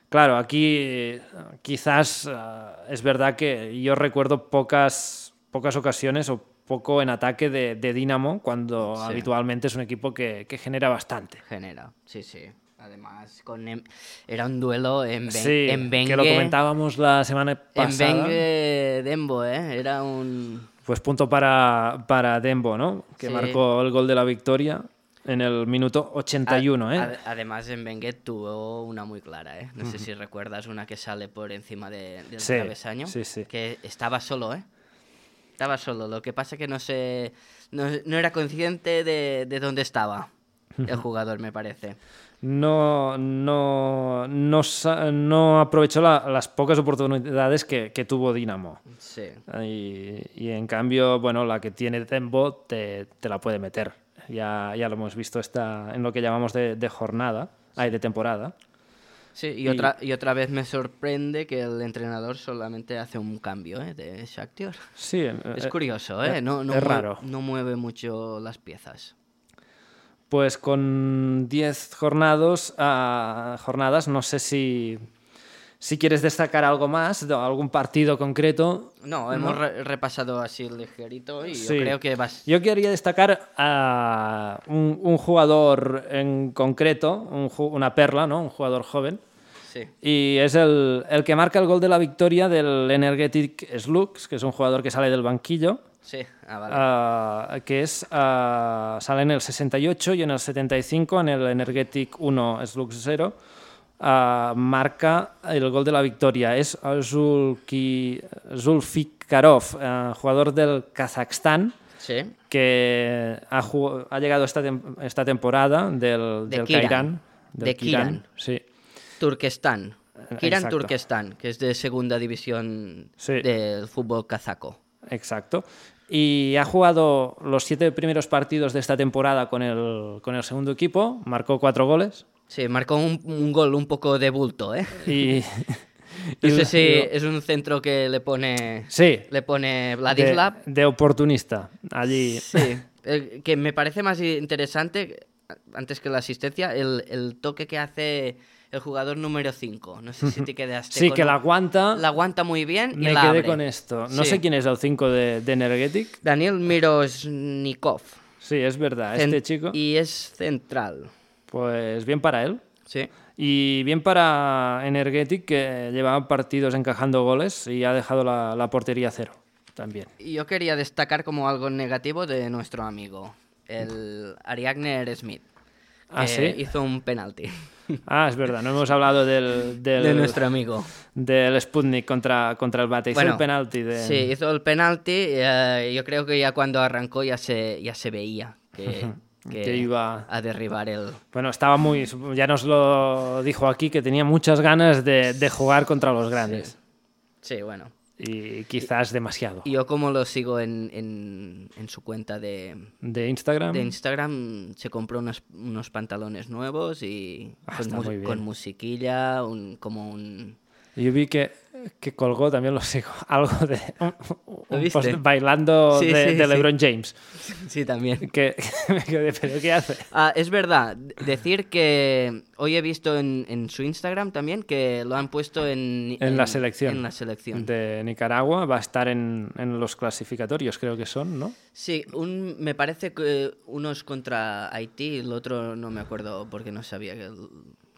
A: Claro, aquí eh, quizás ah, es verdad que yo recuerdo pocas, pocas ocasiones o poco en ataque de, de Dinamo, cuando
B: Sí.
A: habitualmente es un equipo que- que genera bastante.
B: Genera, sí, sí. Además, con Em- era un duelo en, ben...
A: Sí,
B: en
A: que lo
B: Bengue-
A: comentábamos la semana
B: En
A: pasada.
B: Bengue Dembo, ¿eh? Era un...
A: Pues punto para, para Dembo, ¿no? Que
B: Sí.
A: marcó el gol de la victoria en el minuto 81, ¿eh?
B: Ad- Además, en Bengue tuvo una muy clara, ¿eh? No sé si recuerdas una que sale por encima de- del
A: Sí,
B: travesaño.
A: sí, sí.
B: Que estaba solo, ¿eh? Estaba solo. Lo que pasa que no se... No, no era consciente de, de dónde estaba el jugador, me parece.
A: No, no, no, sa- no aprovechó la- las pocas oportunidades que, que tuvo Dinamo.
B: Sí.
A: Y, y en cambio, bueno, la que tiene Dembo te, te la puede meter. Ya, ya lo hemos visto esta, en lo que llamamos de, de jornada, ay, de temporada.
B: Sí, y,
A: Y-
B: Otra, y otra vez me sorprende que el entrenador solamente hace un cambio ¿eh? de Shakhtar.
A: Sí,
B: Es
A: eh,
B: curioso, ¿eh? No, no
A: es
B: mue-
A: raro.
B: No mueve mucho las piezas.
A: Pues con 10 jornadas, jornadas, no sé si, si quieres destacar algo más, de algún partido concreto.
B: No, hemos re- repasado así ligerito y
A: Sí.
B: yo creo que vas...
A: Yo quería destacar a un, un jugador en concreto, un ju- una perla, ¿no? un jugador joven,
B: Sí.
A: y es el, el que marca el gol de la victoria del Energetic Slugs, que es un jugador que sale del banquillo.
B: Sí, ah, vale.
A: Ah, que es ah, sale en el 68 y en el 75 en el Energetic 1 Slug 0 ah, marca el gol de la victoria es Zulki, Zulfikarov ah, jugador del Kazajstán
B: Sí.
A: que ha, jug- ha llegado esta, tem- esta temporada del,
B: De
A: del
B: Kiran.
A: Kairán del
B: De Kiran.
A: sí
B: Turquestán. Kiran
A: Eh, Exacto.
B: Turquestán, que es de segunda división
A: Sí.
B: del fútbol kazaco.
A: Exacto. Y ha jugado los siete primeros partidos de esta temporada con el, con el segundo equipo, marcó cuatro goles.
B: Sí, marcó un, un gol un poco de bulto, ¿eh?
A: Y,
B: No
A: y-
B: sé si
A: y-
B: es un centro que le pone...
A: Sí,
B: Le pone
A: de,
B: Vladislav.
A: de oportunista. Allí.
B: Sí, el que me parece más interesante, antes que la asistencia, el, el toque que hace el jugador número 5. No sé si te quedaste
A: Sí,
B: con
A: que la
B: un-
A: aguanta.
B: la aguanta muy bien y
A: me
B: la
A: quedé
B: abre.
A: con esto. No
B: Sí.
A: sé quién es el 5 de, de Energetic.
B: Daniel Mirosnikov.
A: Sí, es verdad,
B: Cen-
A: este chico.
B: Y es central.
A: Pues bien para él.
B: Sí.
A: Y bien para Energetic, que llevaba partidos encajando goles y ha dejado la, la portería cero también.
B: Y yo quería destacar como algo negativo de nuestro amigo, el Ariadne Smith,
A: Ah,
B: eh,
A: sí.
B: hizo un penalti
A: Ah, es verdad, no hemos hablado del, del,
B: de nuestro amigo.
A: del Sputnik contra, contra el Bate. Hizo
B: Bueno,
A: el penalti de...
B: Sí, hizo el penalti. eh, yo creo que ya cuando arrancó ya se, ya se veía que, que
A: Que iba-
B: a derribar el...
A: Bueno, estaba muy. Ya nos lo dijo aquí que tenía muchas ganas de, de jugar contra los grandes.
B: Sí, bueno.
A: Y quizás demasiado.
B: Yo como lo sigo en, en- en su cuenta de,
A: De Instagram.
B: de Instagram, se compró unos, unos pantalones nuevos y
A: Ah,
B: con,
A: está
B: mu-
A: muy bien.
B: con musiquilla, un, como un...
A: Yo vi que, que colgó también lo sigo. Algo de. un- un
B: ¿Lo viste?
A: post bailando
B: Sí,
A: de,
B: sí,
A: de
B: sí.
A: LeBron James.
B: Sí, también.
A: Que, me quedé, ¿pero qué hace?
B: Ah, es verdad, d- decir que hoy he visto en, en su Instagram también que lo han puesto en,
A: En la selección.
B: En la selección.
A: De Nicaragua va a estar en, en los clasificatorios, creo que son, ¿no?
B: Sí, un, me parece que uno es contra Haití y el otro no me acuerdo porque no sabía que,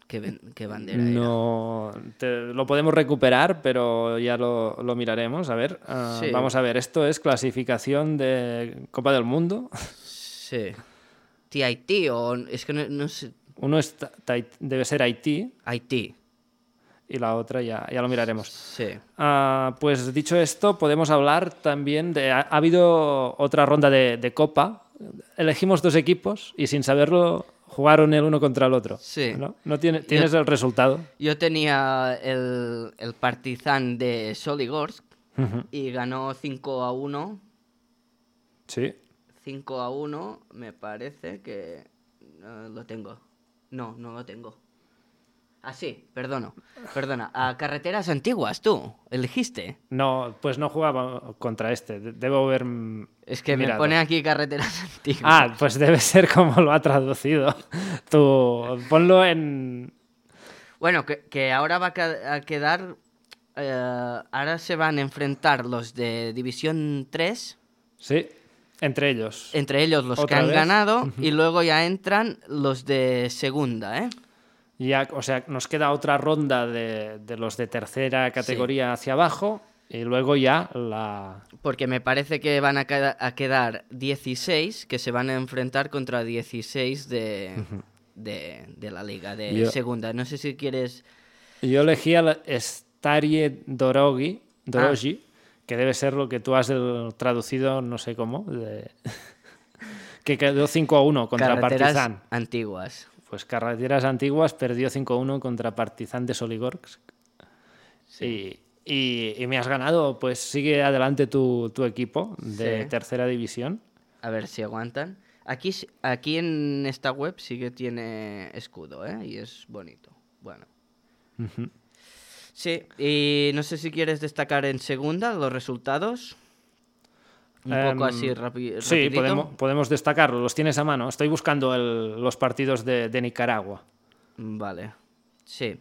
B: que, ven- que bandera era.
A: No, te- lo podemos recuperar, pero ya lo, lo miraremos. A ver, ah,
B: Sí.
A: vamos a ver, esto es clasificación de Copa del Mundo.
B: Sí. Ti Haití o es que no, no sé.
A: Uno es Ta- Tai- debe ser Haití
B: Haití.
A: y la otra ya, ya lo miraremos.
B: Sí.
A: Ah, pues dicho esto, podemos hablar también de... Ha, ha habido otra ronda de, de Copa. Elegimos dos equipos y sin saberlo jugaron el uno contra el otro.
B: Sí.
A: ¿No, ¿No tiene- tienes el resultado?
B: Yo tenía el, el Partizan de Soligorsk y ganó 5 a 1
A: Sí.
B: 5 a 1, me parece que eh, lo tengo. No, no lo tengo. Ah, sí, perdono. Perdona. A carreteras antiguas, tú. Elegiste.
A: No, pues no jugaba contra este. De- Debo haber... mm,
B: Es que me
A: mirado.
B: pone aquí carreteras antiguas.
A: Ah, pues debe ser como lo ha traducido. Tú ponlo en.
B: Bueno, que, que ahora va a ca- a quedar. eh, ahora se van a enfrentar los de División 3.
A: Sí, entre ellos.
B: Entre ellos los que
A: ¿Otra
B: han
A: vez?
B: ganado. Y luego ya entran los de segunda, ¿eh?
A: Ya, o sea, nos queda otra ronda de, de los de tercera categoría hacia abajo y luego ya la.
B: Porque me parece que van a, queda- a quedar 16 que se van a enfrentar contra 16 de, de, de la liga de
A: Yo-
B: segunda. No sé si quieres...
A: Yo elegí al Starie Dorogi, Dorogi que debe ser lo que tú has del- traducido, no sé cómo, de- que quedó 5 a 1 contra
B: carreteras
A: Partizan.
B: antiguas.
A: Pues Carreteras Antiguas perdió 5-1 contra Partizan de Soligorsk. Y, y- y me has ganado, pues sigue adelante tu, tu equipo de
B: Sí.
A: tercera división.
B: A ver si aguantan. Aquí, s- aquí en esta web sí que tiene escudo, ¿eh? Y es bonito. Bueno. Sí, y no sé si quieres destacar en segunda los resultados. Un poco
A: Em,
B: así rapi-
A: Sí,
B: rapidito.
A: podemos, podemos destacarlo, los tienes a mano. Estoy buscando el- los partidos de, de Nicaragua.
B: Vale, sí.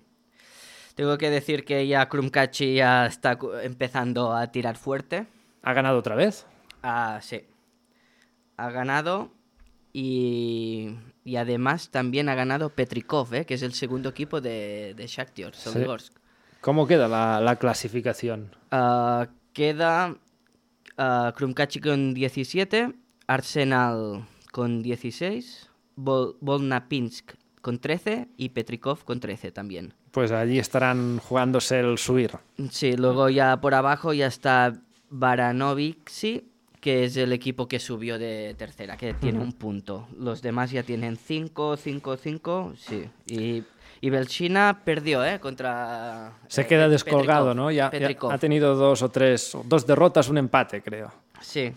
B: Tengo que decir que ya Krumkachi ya está cu- empezando a tirar fuerte.
A: ¿Ha ganado otra vez?
B: Ah, sí. Ha ganado y, y además también ha ganado Petrikov, ¿eh? que es el segundo equipo de, de Shakhtar Soligorsk.
A: ¿Cómo queda la, la clasificación?
B: Ah, queda ah, Krumkachi con 17, Arsenal con 16, Vol- Volnapinsk con 13 y Petrikov con 13 también.
A: Pues allí estarán jugándose el subir.
B: Sí, luego ya por abajo ya está Baranovixi, que es el equipo que subió de tercera, que tiene un punto. Los demás ya tienen 5, 5, 5, sí. Y, y Belchina perdió, ¿eh? Contra...
A: Se
B: eh,
A: queda
B: Pe-
A: descolgado,
B: Petrikov.
A: ¿no? Ya- ya
B: Petrikov.
A: ha tenido dos o tres, dos derrotas, un empate, creo.
B: Sí,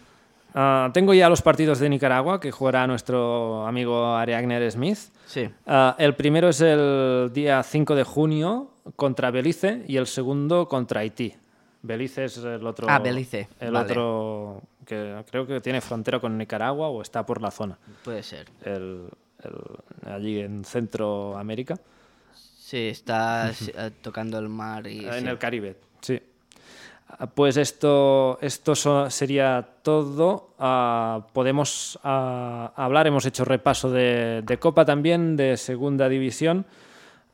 A: Ah, tengo ya los partidos de Nicaragua que jugará nuestro amigo Ariagner Smith.
B: sí.
A: Ah, el primero es el día 5 de junio contra Belice y el segundo contra Haití. Belice es el otro.
B: Ah, Belice,
A: El
B: vale.
A: otro que creo que tiene frontera con Nicaragua o está por la zona.
B: Puede ser.
A: El- el- allí en Centroamérica.
B: Sí, está eh, tocando el mar y...
A: en
B: sí.
A: el Caribe. Sí. Ah, Pues esto, esto so- sería todo. Ah, podemos ah, hablar, hemos hecho repaso de, de Copa también, de Segunda División.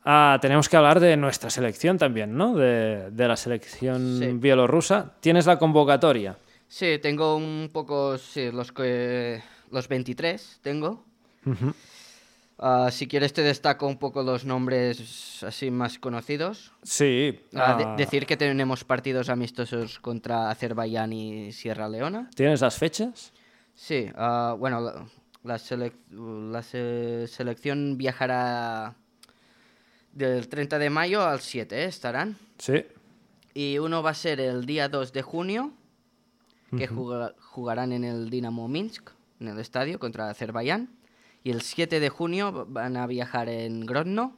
A: Ah, tenemos que hablar de nuestra selección también, ¿no? De, de la selección
B: Sí.
A: bielorrusa. Tienes la convocatoria.
B: Sí, tengo un poco, sí, los que los 23 tengo. Ah, si quieres te destaco un poco los nombres así más conocidos.
A: Sí.
B: Ah, de-
A: ah,
B: decir que tenemos partidos amistosos contra Azerbaiyán y Sierra Leona.
A: ¿Tienes las fechas?
B: Sí, ah, bueno, la, la selec- la se- selección viajará del 30 de mayo al 7, ¿eh? estarán.
A: Sí.
B: Y uno va a ser el día 2 de junio, que juga- jugarán en el Dinamo Minsk, en el estadio, contra Azerbaiyán. Y el 7 de junio va- van a viajar en Grodno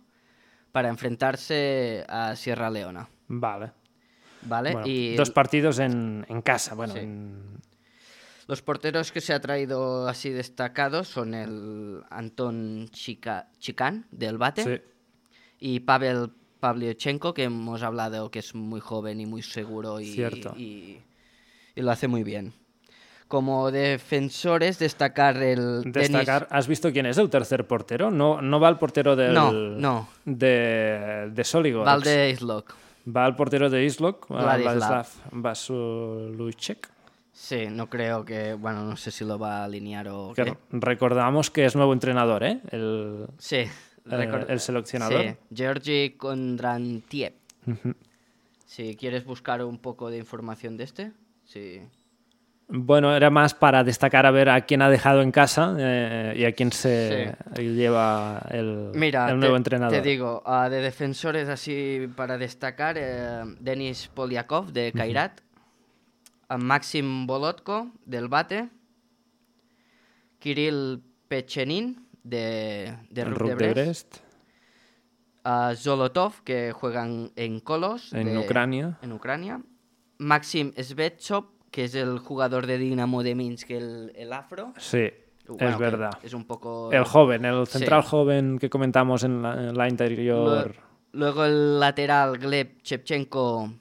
B: para enfrentarse a Sierra Leona.
A: Vale.
B: ¿Vale?
A: Bueno,
B: y
A: Dos partidos en, en casa, bueno,
B: Sí.
A: en-
B: Los porteros que se ha traído así destacados son el Anton Chica, Chicán, del Bate,
A: sí.
B: y Pavel Pavlyuchenko, que hemos hablado que es muy joven y muy seguro y,
A: Cierto.
B: y- y lo hace muy bien. Como defensores, destacar el Denis-
A: Destacar, ¿has visto quién es el tercer portero? No, no va el portero del,
B: No, no.
A: de, de Soligox.
B: Valde Islok.
A: Va el portero de Islok, a Vladislav
B: Vladislav.
A: Vasuluchek.
B: Sí, no creo que... Bueno, no sé si lo va a alinear o
A: Que
B: qué.
A: recordamos que es nuevo entrenador, ¿eh? El, eh,
B: Sí. record-
A: el seleccionador.
B: Sí, Georgi Kondrantiev. Si quieres buscar un poco de información de este, sí.
A: Bueno, era más para destacar a ver a quién ha dejado en casa eh, y a quién se lleva el,
B: Mira,
A: el
B: te-
A: nuevo
B: te,
A: entrenador.
B: digo, ah, de defensores así para destacar, eh, Denis Poliakov de Kairat, a Maxim Bolotko del Bate, Kirill Pechenin de, de
A: El
B: Ruck
A: Rook
B: de
A: de
B: Brest,
A: Brest,
B: a Zolotov que juegan en Kolos
A: en
B: de-
A: Ucrania.
B: en Ucrania. Maxim Svechov, que es el jugador de Dinamo de Minsk, el, el afro.
A: Sí,
B: Bueno,
A: es
B: que
A: verdad.
B: Es un poco...
A: El joven, el
B: Sí.
A: central joven que comentamos en la, en la
B: Lue-
A: interior.
B: Luego el lateral Gleb Chepchenko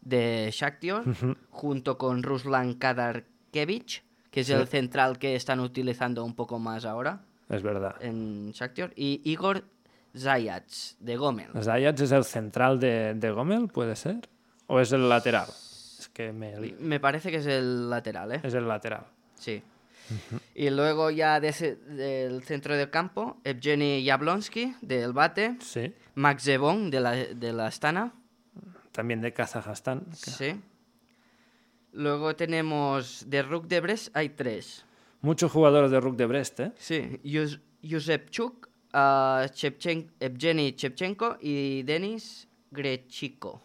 B: de Shaktior, junto con Ruslan Kadarkevich, que es el central que están utilizando un poco más ahora
A: Es verdad.
B: en Shaktior, y Igor Zayats de Gomel.
A: Zayats es el central de, de Gomel, puede ser. ¿O es el lateral? Es que me lío.
B: Me parece que es el lateral, ¿eh?
A: Es el lateral.
B: Sí. Y luego ya de ese- del centro del campo, Evgeny Yablonsky del Bate,
A: Sí.
B: Max Zebon de la, de la Astana.
A: También de Kazajstán.
B: Sí. Luego tenemos de Rook de Brest hay tres.
A: Muchos jugadores de Rook de Brest, ¿eh?
B: Sí. Yus- Yusepchuk, ah, Chepchen- Evgeny Chepchenko y Denis Grechico.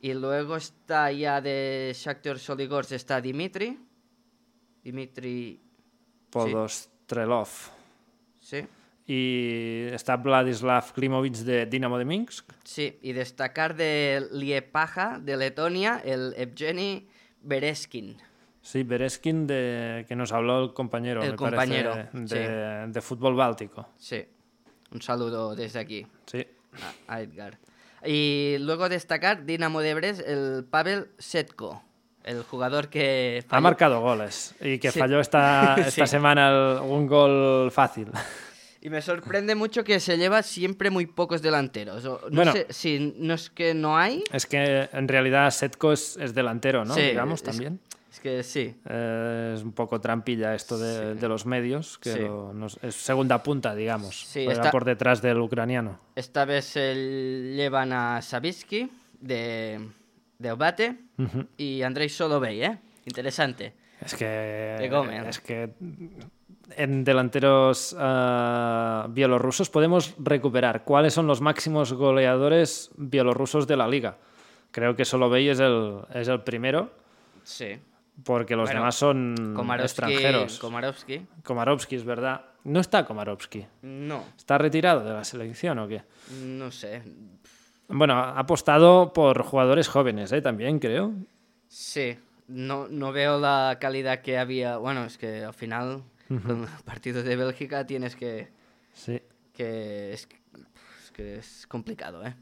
B: Y luego está ya de Shakhtar Soligorsk está Dimitri. Dimitri,
A: Podostrelov.
B: sí.
A: Y está Vladislav Klimovic de Dinamo de Minsk.
B: Sí, y destacar de Liepaja, de Letonia, el Evgeny Bereskin.
A: Sí, Bereskin, de, que nos habló el compañero,
B: El
A: me parece,
B: compañero,
A: de, de fútbol báltico.
B: Sí, un saludo desde aquí
A: Sí.
B: a- a, Edgar. Y luego destacar Dinamo de Brest, el Pavel Setko, el jugador que...
A: Ha
B: falló-
A: marcado goles y que
B: Sí.
A: falló esta, esta
B: Sí.
A: semana el- un gol fácil.
B: Y me sorprende mucho que se lleva siempre muy pocos delanteros. o- no
A: Bueno.
B: sé si no es que no hay.
A: Es que en realidad Setko es, es delantero, ¿no?
B: Sí,
A: Digamos
B: es-
A: también.
B: Es que sí.
A: Eh, es un poco trampilla esto de, de los medios, que
B: Sí.
A: lo- nos- es segunda punta, digamos.
B: Sí,
A: Juega
B: está-
A: por detrás del ucraniano.
B: Esta vez se llevan a Savitsky de, de Obate y Andrei Solovey, ¿eh? Interesante.
A: Es que.
B: De Gómez.
A: Es que. En delanteros eh, bielorrusos podemos recuperar cuáles son los máximos goleadores bielorrusos de la liga. Creo que Solovey es el, es el primero,
B: Sí.
A: porque los
B: Bueno,
A: demás son
B: Komarovsky,
A: Mm, extranjeros.
B: Komarovsky.
A: Komarovsky, es verdad. No está Komarovsky.
B: No,
A: ¿Está retirado de la selección o qué?
B: no sé.
A: Bueno, ha apostado por jugadores jóvenes, ¿eh? También, creo.
B: Sí, no, no veo la calidad que había. Bueno, es que al final, con los partidos de Bélgica tienes que.
A: Sí.
B: que es, es que es complicado, ¿eh?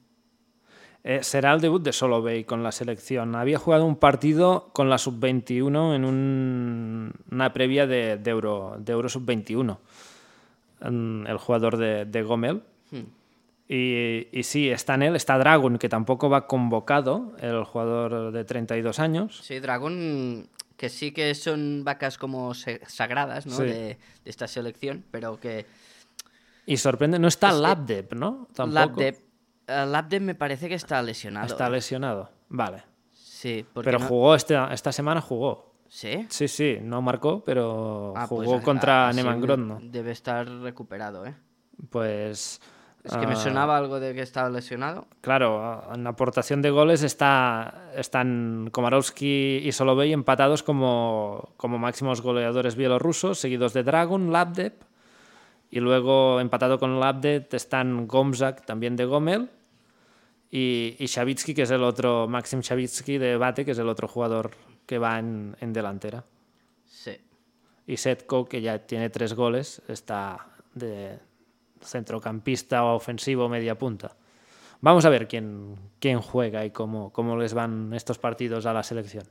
A: Eh, será el debut de Solovey con la selección. Había jugado un partido con la sub-21 en un- una previa de, de Euro, de Euro sub-21, Mm, el jugador de, de Gomel.
B: Hmm.
A: Y, y sí, está en él, está Dragon, que tampoco va convocado, el jugador de 32 años.
B: Sí, Dragon que sí que son vacas como se- sagradas, ¿no?
A: Sí.
B: De, de esta selección, pero que
A: Y sorprende, no está
B: Es que-
A: Labdep, ¿no? Tampoco.
B: Labdep, eh, Labdep me parece que está lesionado.
A: Está
B: eh.
A: lesionado. Vale.
B: Sí, porque
A: Pero
B: no-
A: jugó este, esta, esta semana jugó.
B: ¿Sí?
A: Sí, sí, no marcó, pero
B: Ah,
A: jugó
B: pues, ah,
A: contra
B: así
A: Neman
B: me-
A: Grodno.
B: Debe estar recuperado, ¿eh?
A: Pues.
B: Es que me
A: ah,
B: sonaba algo de que estaba lesionado.
A: Claro, en la aportación de goles está, están Komarovsky y Solovey empatados como, como máximos goleadores bielorrusos, seguidos de Dragon, Labdep, y luego empatado con Labdep están Gomzak, también de Gomel, y, y Shavitsky, que es el otro, Maxim Shavitsky de Bate, que es el otro jugador que va en, en delantera.
B: Sí.
A: Y Setko, que ya tiene tres goles, está de centrocampista ofensivo media punta. Vamos a ver quién, quién juega y cómo, cómo les van estos partidos a la selección.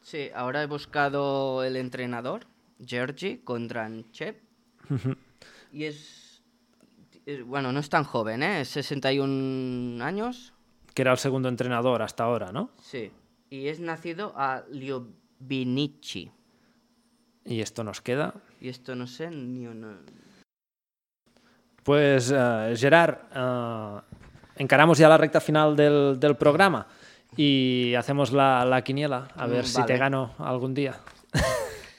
B: Sí, ahora he buscado el entrenador, Georgi Kondranchev. y es, es- Bueno, no es tan joven, ¿eh? Es 61 años.
A: Que era el segundo entrenador hasta ahora, ¿no?
B: Sí. Y es nacido a Liobinichi.
A: Y esto nos queda.
B: Y esto no sé ni uno.
A: Pues eh, Gerard, eh, encaramos ya la recta final del, del programa y hacemos la, la quiniela, a ver
B: Mm,
A: si te
B: vale.
A: gano algún día.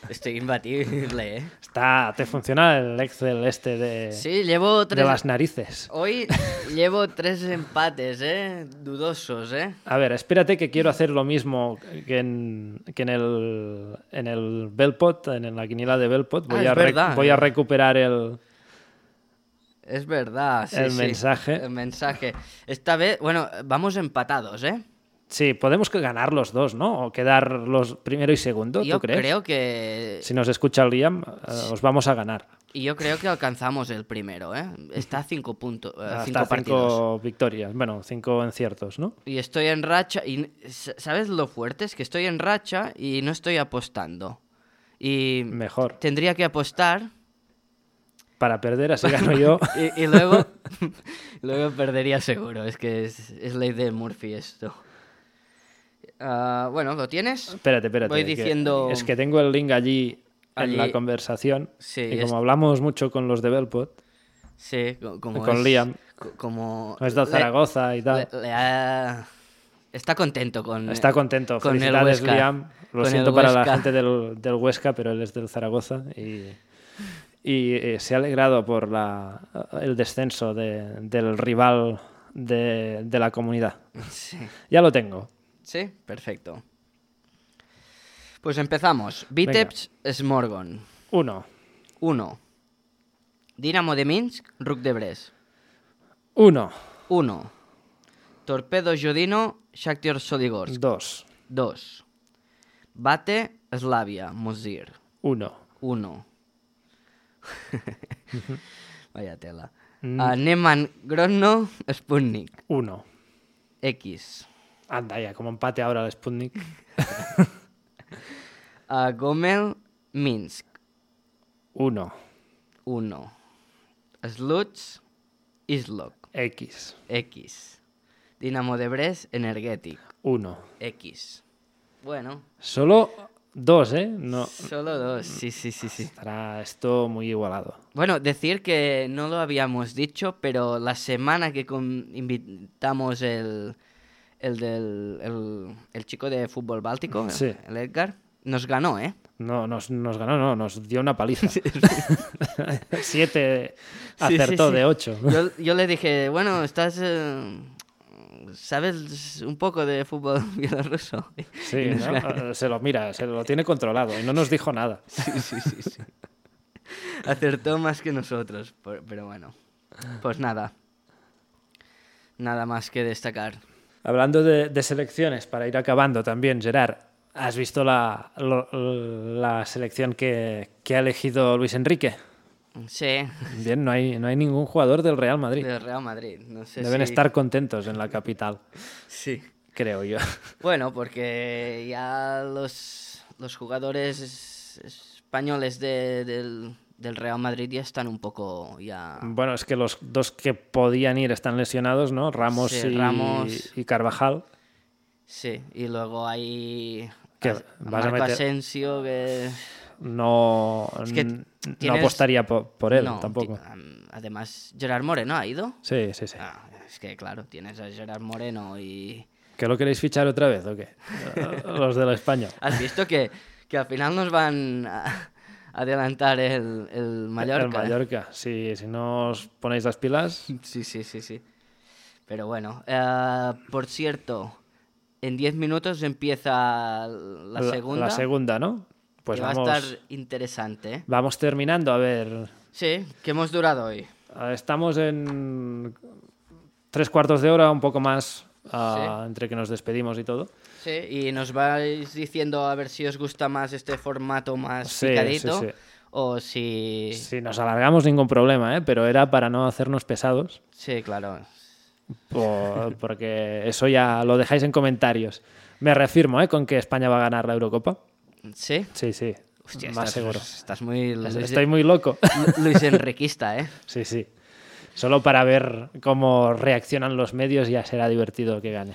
B: Estoy imbatible, ¿eh?
A: Está, te funciona el Excel este de,
B: Sí, llevo
A: de
B: tres.
A: las narices.
B: Hoy llevo tres empates, ¿eh? Dudosos, ¿eh?
A: A ver, espérate que quiero hacer lo mismo que en, que en el, en el Belpot, en la quiniela de Belpot. Voy,
B: Ah, es
A: a, rec-
B: verdad.
A: voy a recuperar el...
B: Es verdad, sí,
A: El
B: sí.
A: mensaje.
B: El mensaje. Esta vez, bueno, vamos empatados, ¿eh?
A: Sí, podemos que ganar los dos, ¿no? O quedar los primero y segundo,
B: Yo
A: ¿tú crees?
B: creo que Eh,
A: Si nos escucha el Liam, eh, os vamos a ganar.
B: y yo creo que alcanzamos el primero, ¿eh? Está a cinco puntos, eh,
A: Hasta
B: cinco
A: cinco
B: partidos.
A: victorias, bueno, cinco enciertos, ¿no?
B: Y estoy en racha y n- s- sabes lo fuerte es que estoy en racha y no estoy apostando. Y
A: Mejor.
B: tendría que apostar
A: Para perder, así gano yo.
B: y, y luego luego perdería seguro. Es que es, es ley de Murphy esto. Ah, bueno, ¿lo tienes?
A: Espérate, espérate.
B: Voy
A: que-
B: diciendo-
A: es que tengo el link allí, en la
B: Allí.
A: conversación.
B: Sí,
A: y como
B: es-
A: hablamos mucho con los de Belpot,
B: Sí, co- como
A: Con
B: es-
A: Liam.
B: co- Como
A: es de
B: le-
A: Zaragoza y tal.
B: le- le ha- Está contento con
A: Está contento.
B: con el
A: Felicidades,
B: Huesca.
A: Liam. Lo
B: Con el
A: siento para la
B: Huesca.
A: gente del, del Huesca, pero él es del Zaragoza y, y, eh, se ha alegrado por la, el descenso de- del rival de, de la comunidad.
B: Sí.
A: Ya lo tengo.
B: Sí, perfecto. Pues empezamos. Vitebsk, Smorgon.
A: Uno.
B: 1. Dinamo de Minsk, Rook de Brest.
A: Uno.
B: 1. Torpedo Jodino, Shakhtar Soligorsk.
A: Dos.
B: 2. Bate, Slavia, Mozir.
A: Uno.
B: 1. Vaya tela. A Neman Grodno, Sputnik.
A: Uno.
B: X.
A: Anda ya, como empate ahora el Sputnik.
B: A Ah, Gomel, Minsk.
A: Uno.
B: 1. Sluts, Islok,
A: X.
B: X. Dinamo de Brest, Energetic,
A: Uno.
B: X. Bueno,
A: Solo dos, ¿eh? No.
B: solo dos. Sí, sí, sí, sí.
A: Estará esto muy igualado.
B: Bueno, decir que no lo habíamos dicho, pero la semana que con- invitamos el, el, del, el, el chico de fútbol báltico,
A: Sí.
B: el Edgar, nos ganó, ¿eh?
A: No, nos, nos ganó, no, nos dio una paliza. Siete
B: Sí, sí,
A: acertó
B: sí.
A: de ocho.
B: Yo, yo le dije, bueno, estás... eh, ¿Sabes un poco de fútbol bielorruso?
A: Sí, ¿no? Eh, se lo mira, se lo tiene controlado y no nos dijo nada.
B: Sí, sí, sí, sí. Acertó más que nosotros, por- pero bueno. Pues nada. Nada más que destacar.
A: Hablando de, de selecciones, para ir acabando también, Gerard, ¿has visto la, lo- la selección que, que ha elegido Luis Enrique?
B: Sí,
A: Bien, no hay, no hay ningún jugador del Real Madrid.
B: del Real Madrid. No sé
A: Deben
B: si-
A: estar contentos en la capital,
B: Sí.
A: creo yo.
B: Bueno, porque ya los, los jugadores es- españoles de- del, del Real Madrid ya están un poco ya...
A: Bueno, es que los dos que podían ir están lesionados, ¿no? Ramos,
B: Sí,
A: y,
B: Ramos.
A: y Carvajal.
B: Sí, y luego hay,
A: Que
B: As-
A: vas a
B: Marco
A: meter-
B: Asensio, que...
A: No,
B: Es que
A: n- no
B: tienes-
A: apostaría po- por, él
B: No,
A: tampoco.
B: ti- am- Además, Gerard Moreno ha ido.
A: Sí, sí, sí.
B: Ah, es que claro, tienes a Gerard Moreno y...
A: ¿Que lo queréis fichar otra vez o qué? Los del España.
B: ¿Has visto que, que al final nos van a a adelantar el, el Mallorca? ¿eh?
A: El Mallorca. Sí, si no os ponéis las pilas,
B: Sí, sí, sí, sí. Pero bueno, eh, por cierto, en 10 minutos empieza la segunda.
A: La segunda, ¿no? Pues
B: que va
A: vamos,
B: a estar interesante. ¿eh?
A: vamos terminando. A ver,
B: Sí, que hemos durado hoy.
A: eh, estamos en tres cuartos de hora, un poco más, ah, entre que nos despedimos y todo.
B: Sí, y nos vais diciendo a ver si os gusta más este formato más
A: Sí, sí,
B: picadito
A: sí.
B: o si... Sí.
A: Si nos alargamos, ningún problema, ¿eh? pero era para no hacernos pesados,
B: claro.
A: por- porque eso ya lo dejáis en comentarios. Me reafirmo ¿eh? con que España va a ganar la Eurocopa.
B: Sí.
A: Sí, sí,
B: Hostia,
A: más
B: estás-
A: seguro.
B: Estás muy Luis,
A: Estoy muy loco.
B: Luis Enriquista, ¿eh?
A: Sí, sí. Solo para ver cómo reaccionan los medios ya será divertido que gane.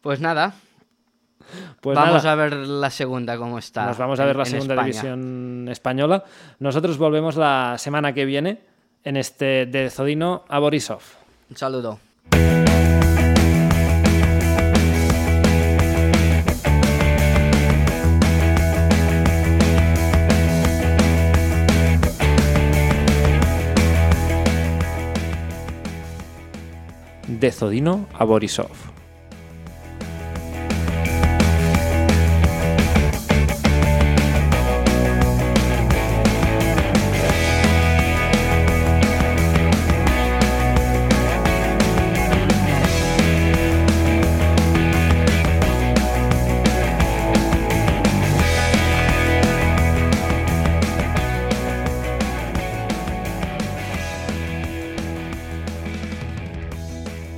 B: Pues nada,
A: Pues
B: vamos
A: nada,
B: a ver la segunda cómo está.
A: nos vamos a
B: en-
A: ver la
B: en
A: segunda
B: España.
A: división española. Nosotros volvemos la semana que viene en este de Zodino a Borisov.
B: Un saludo.
A: De Zodino a Borisov.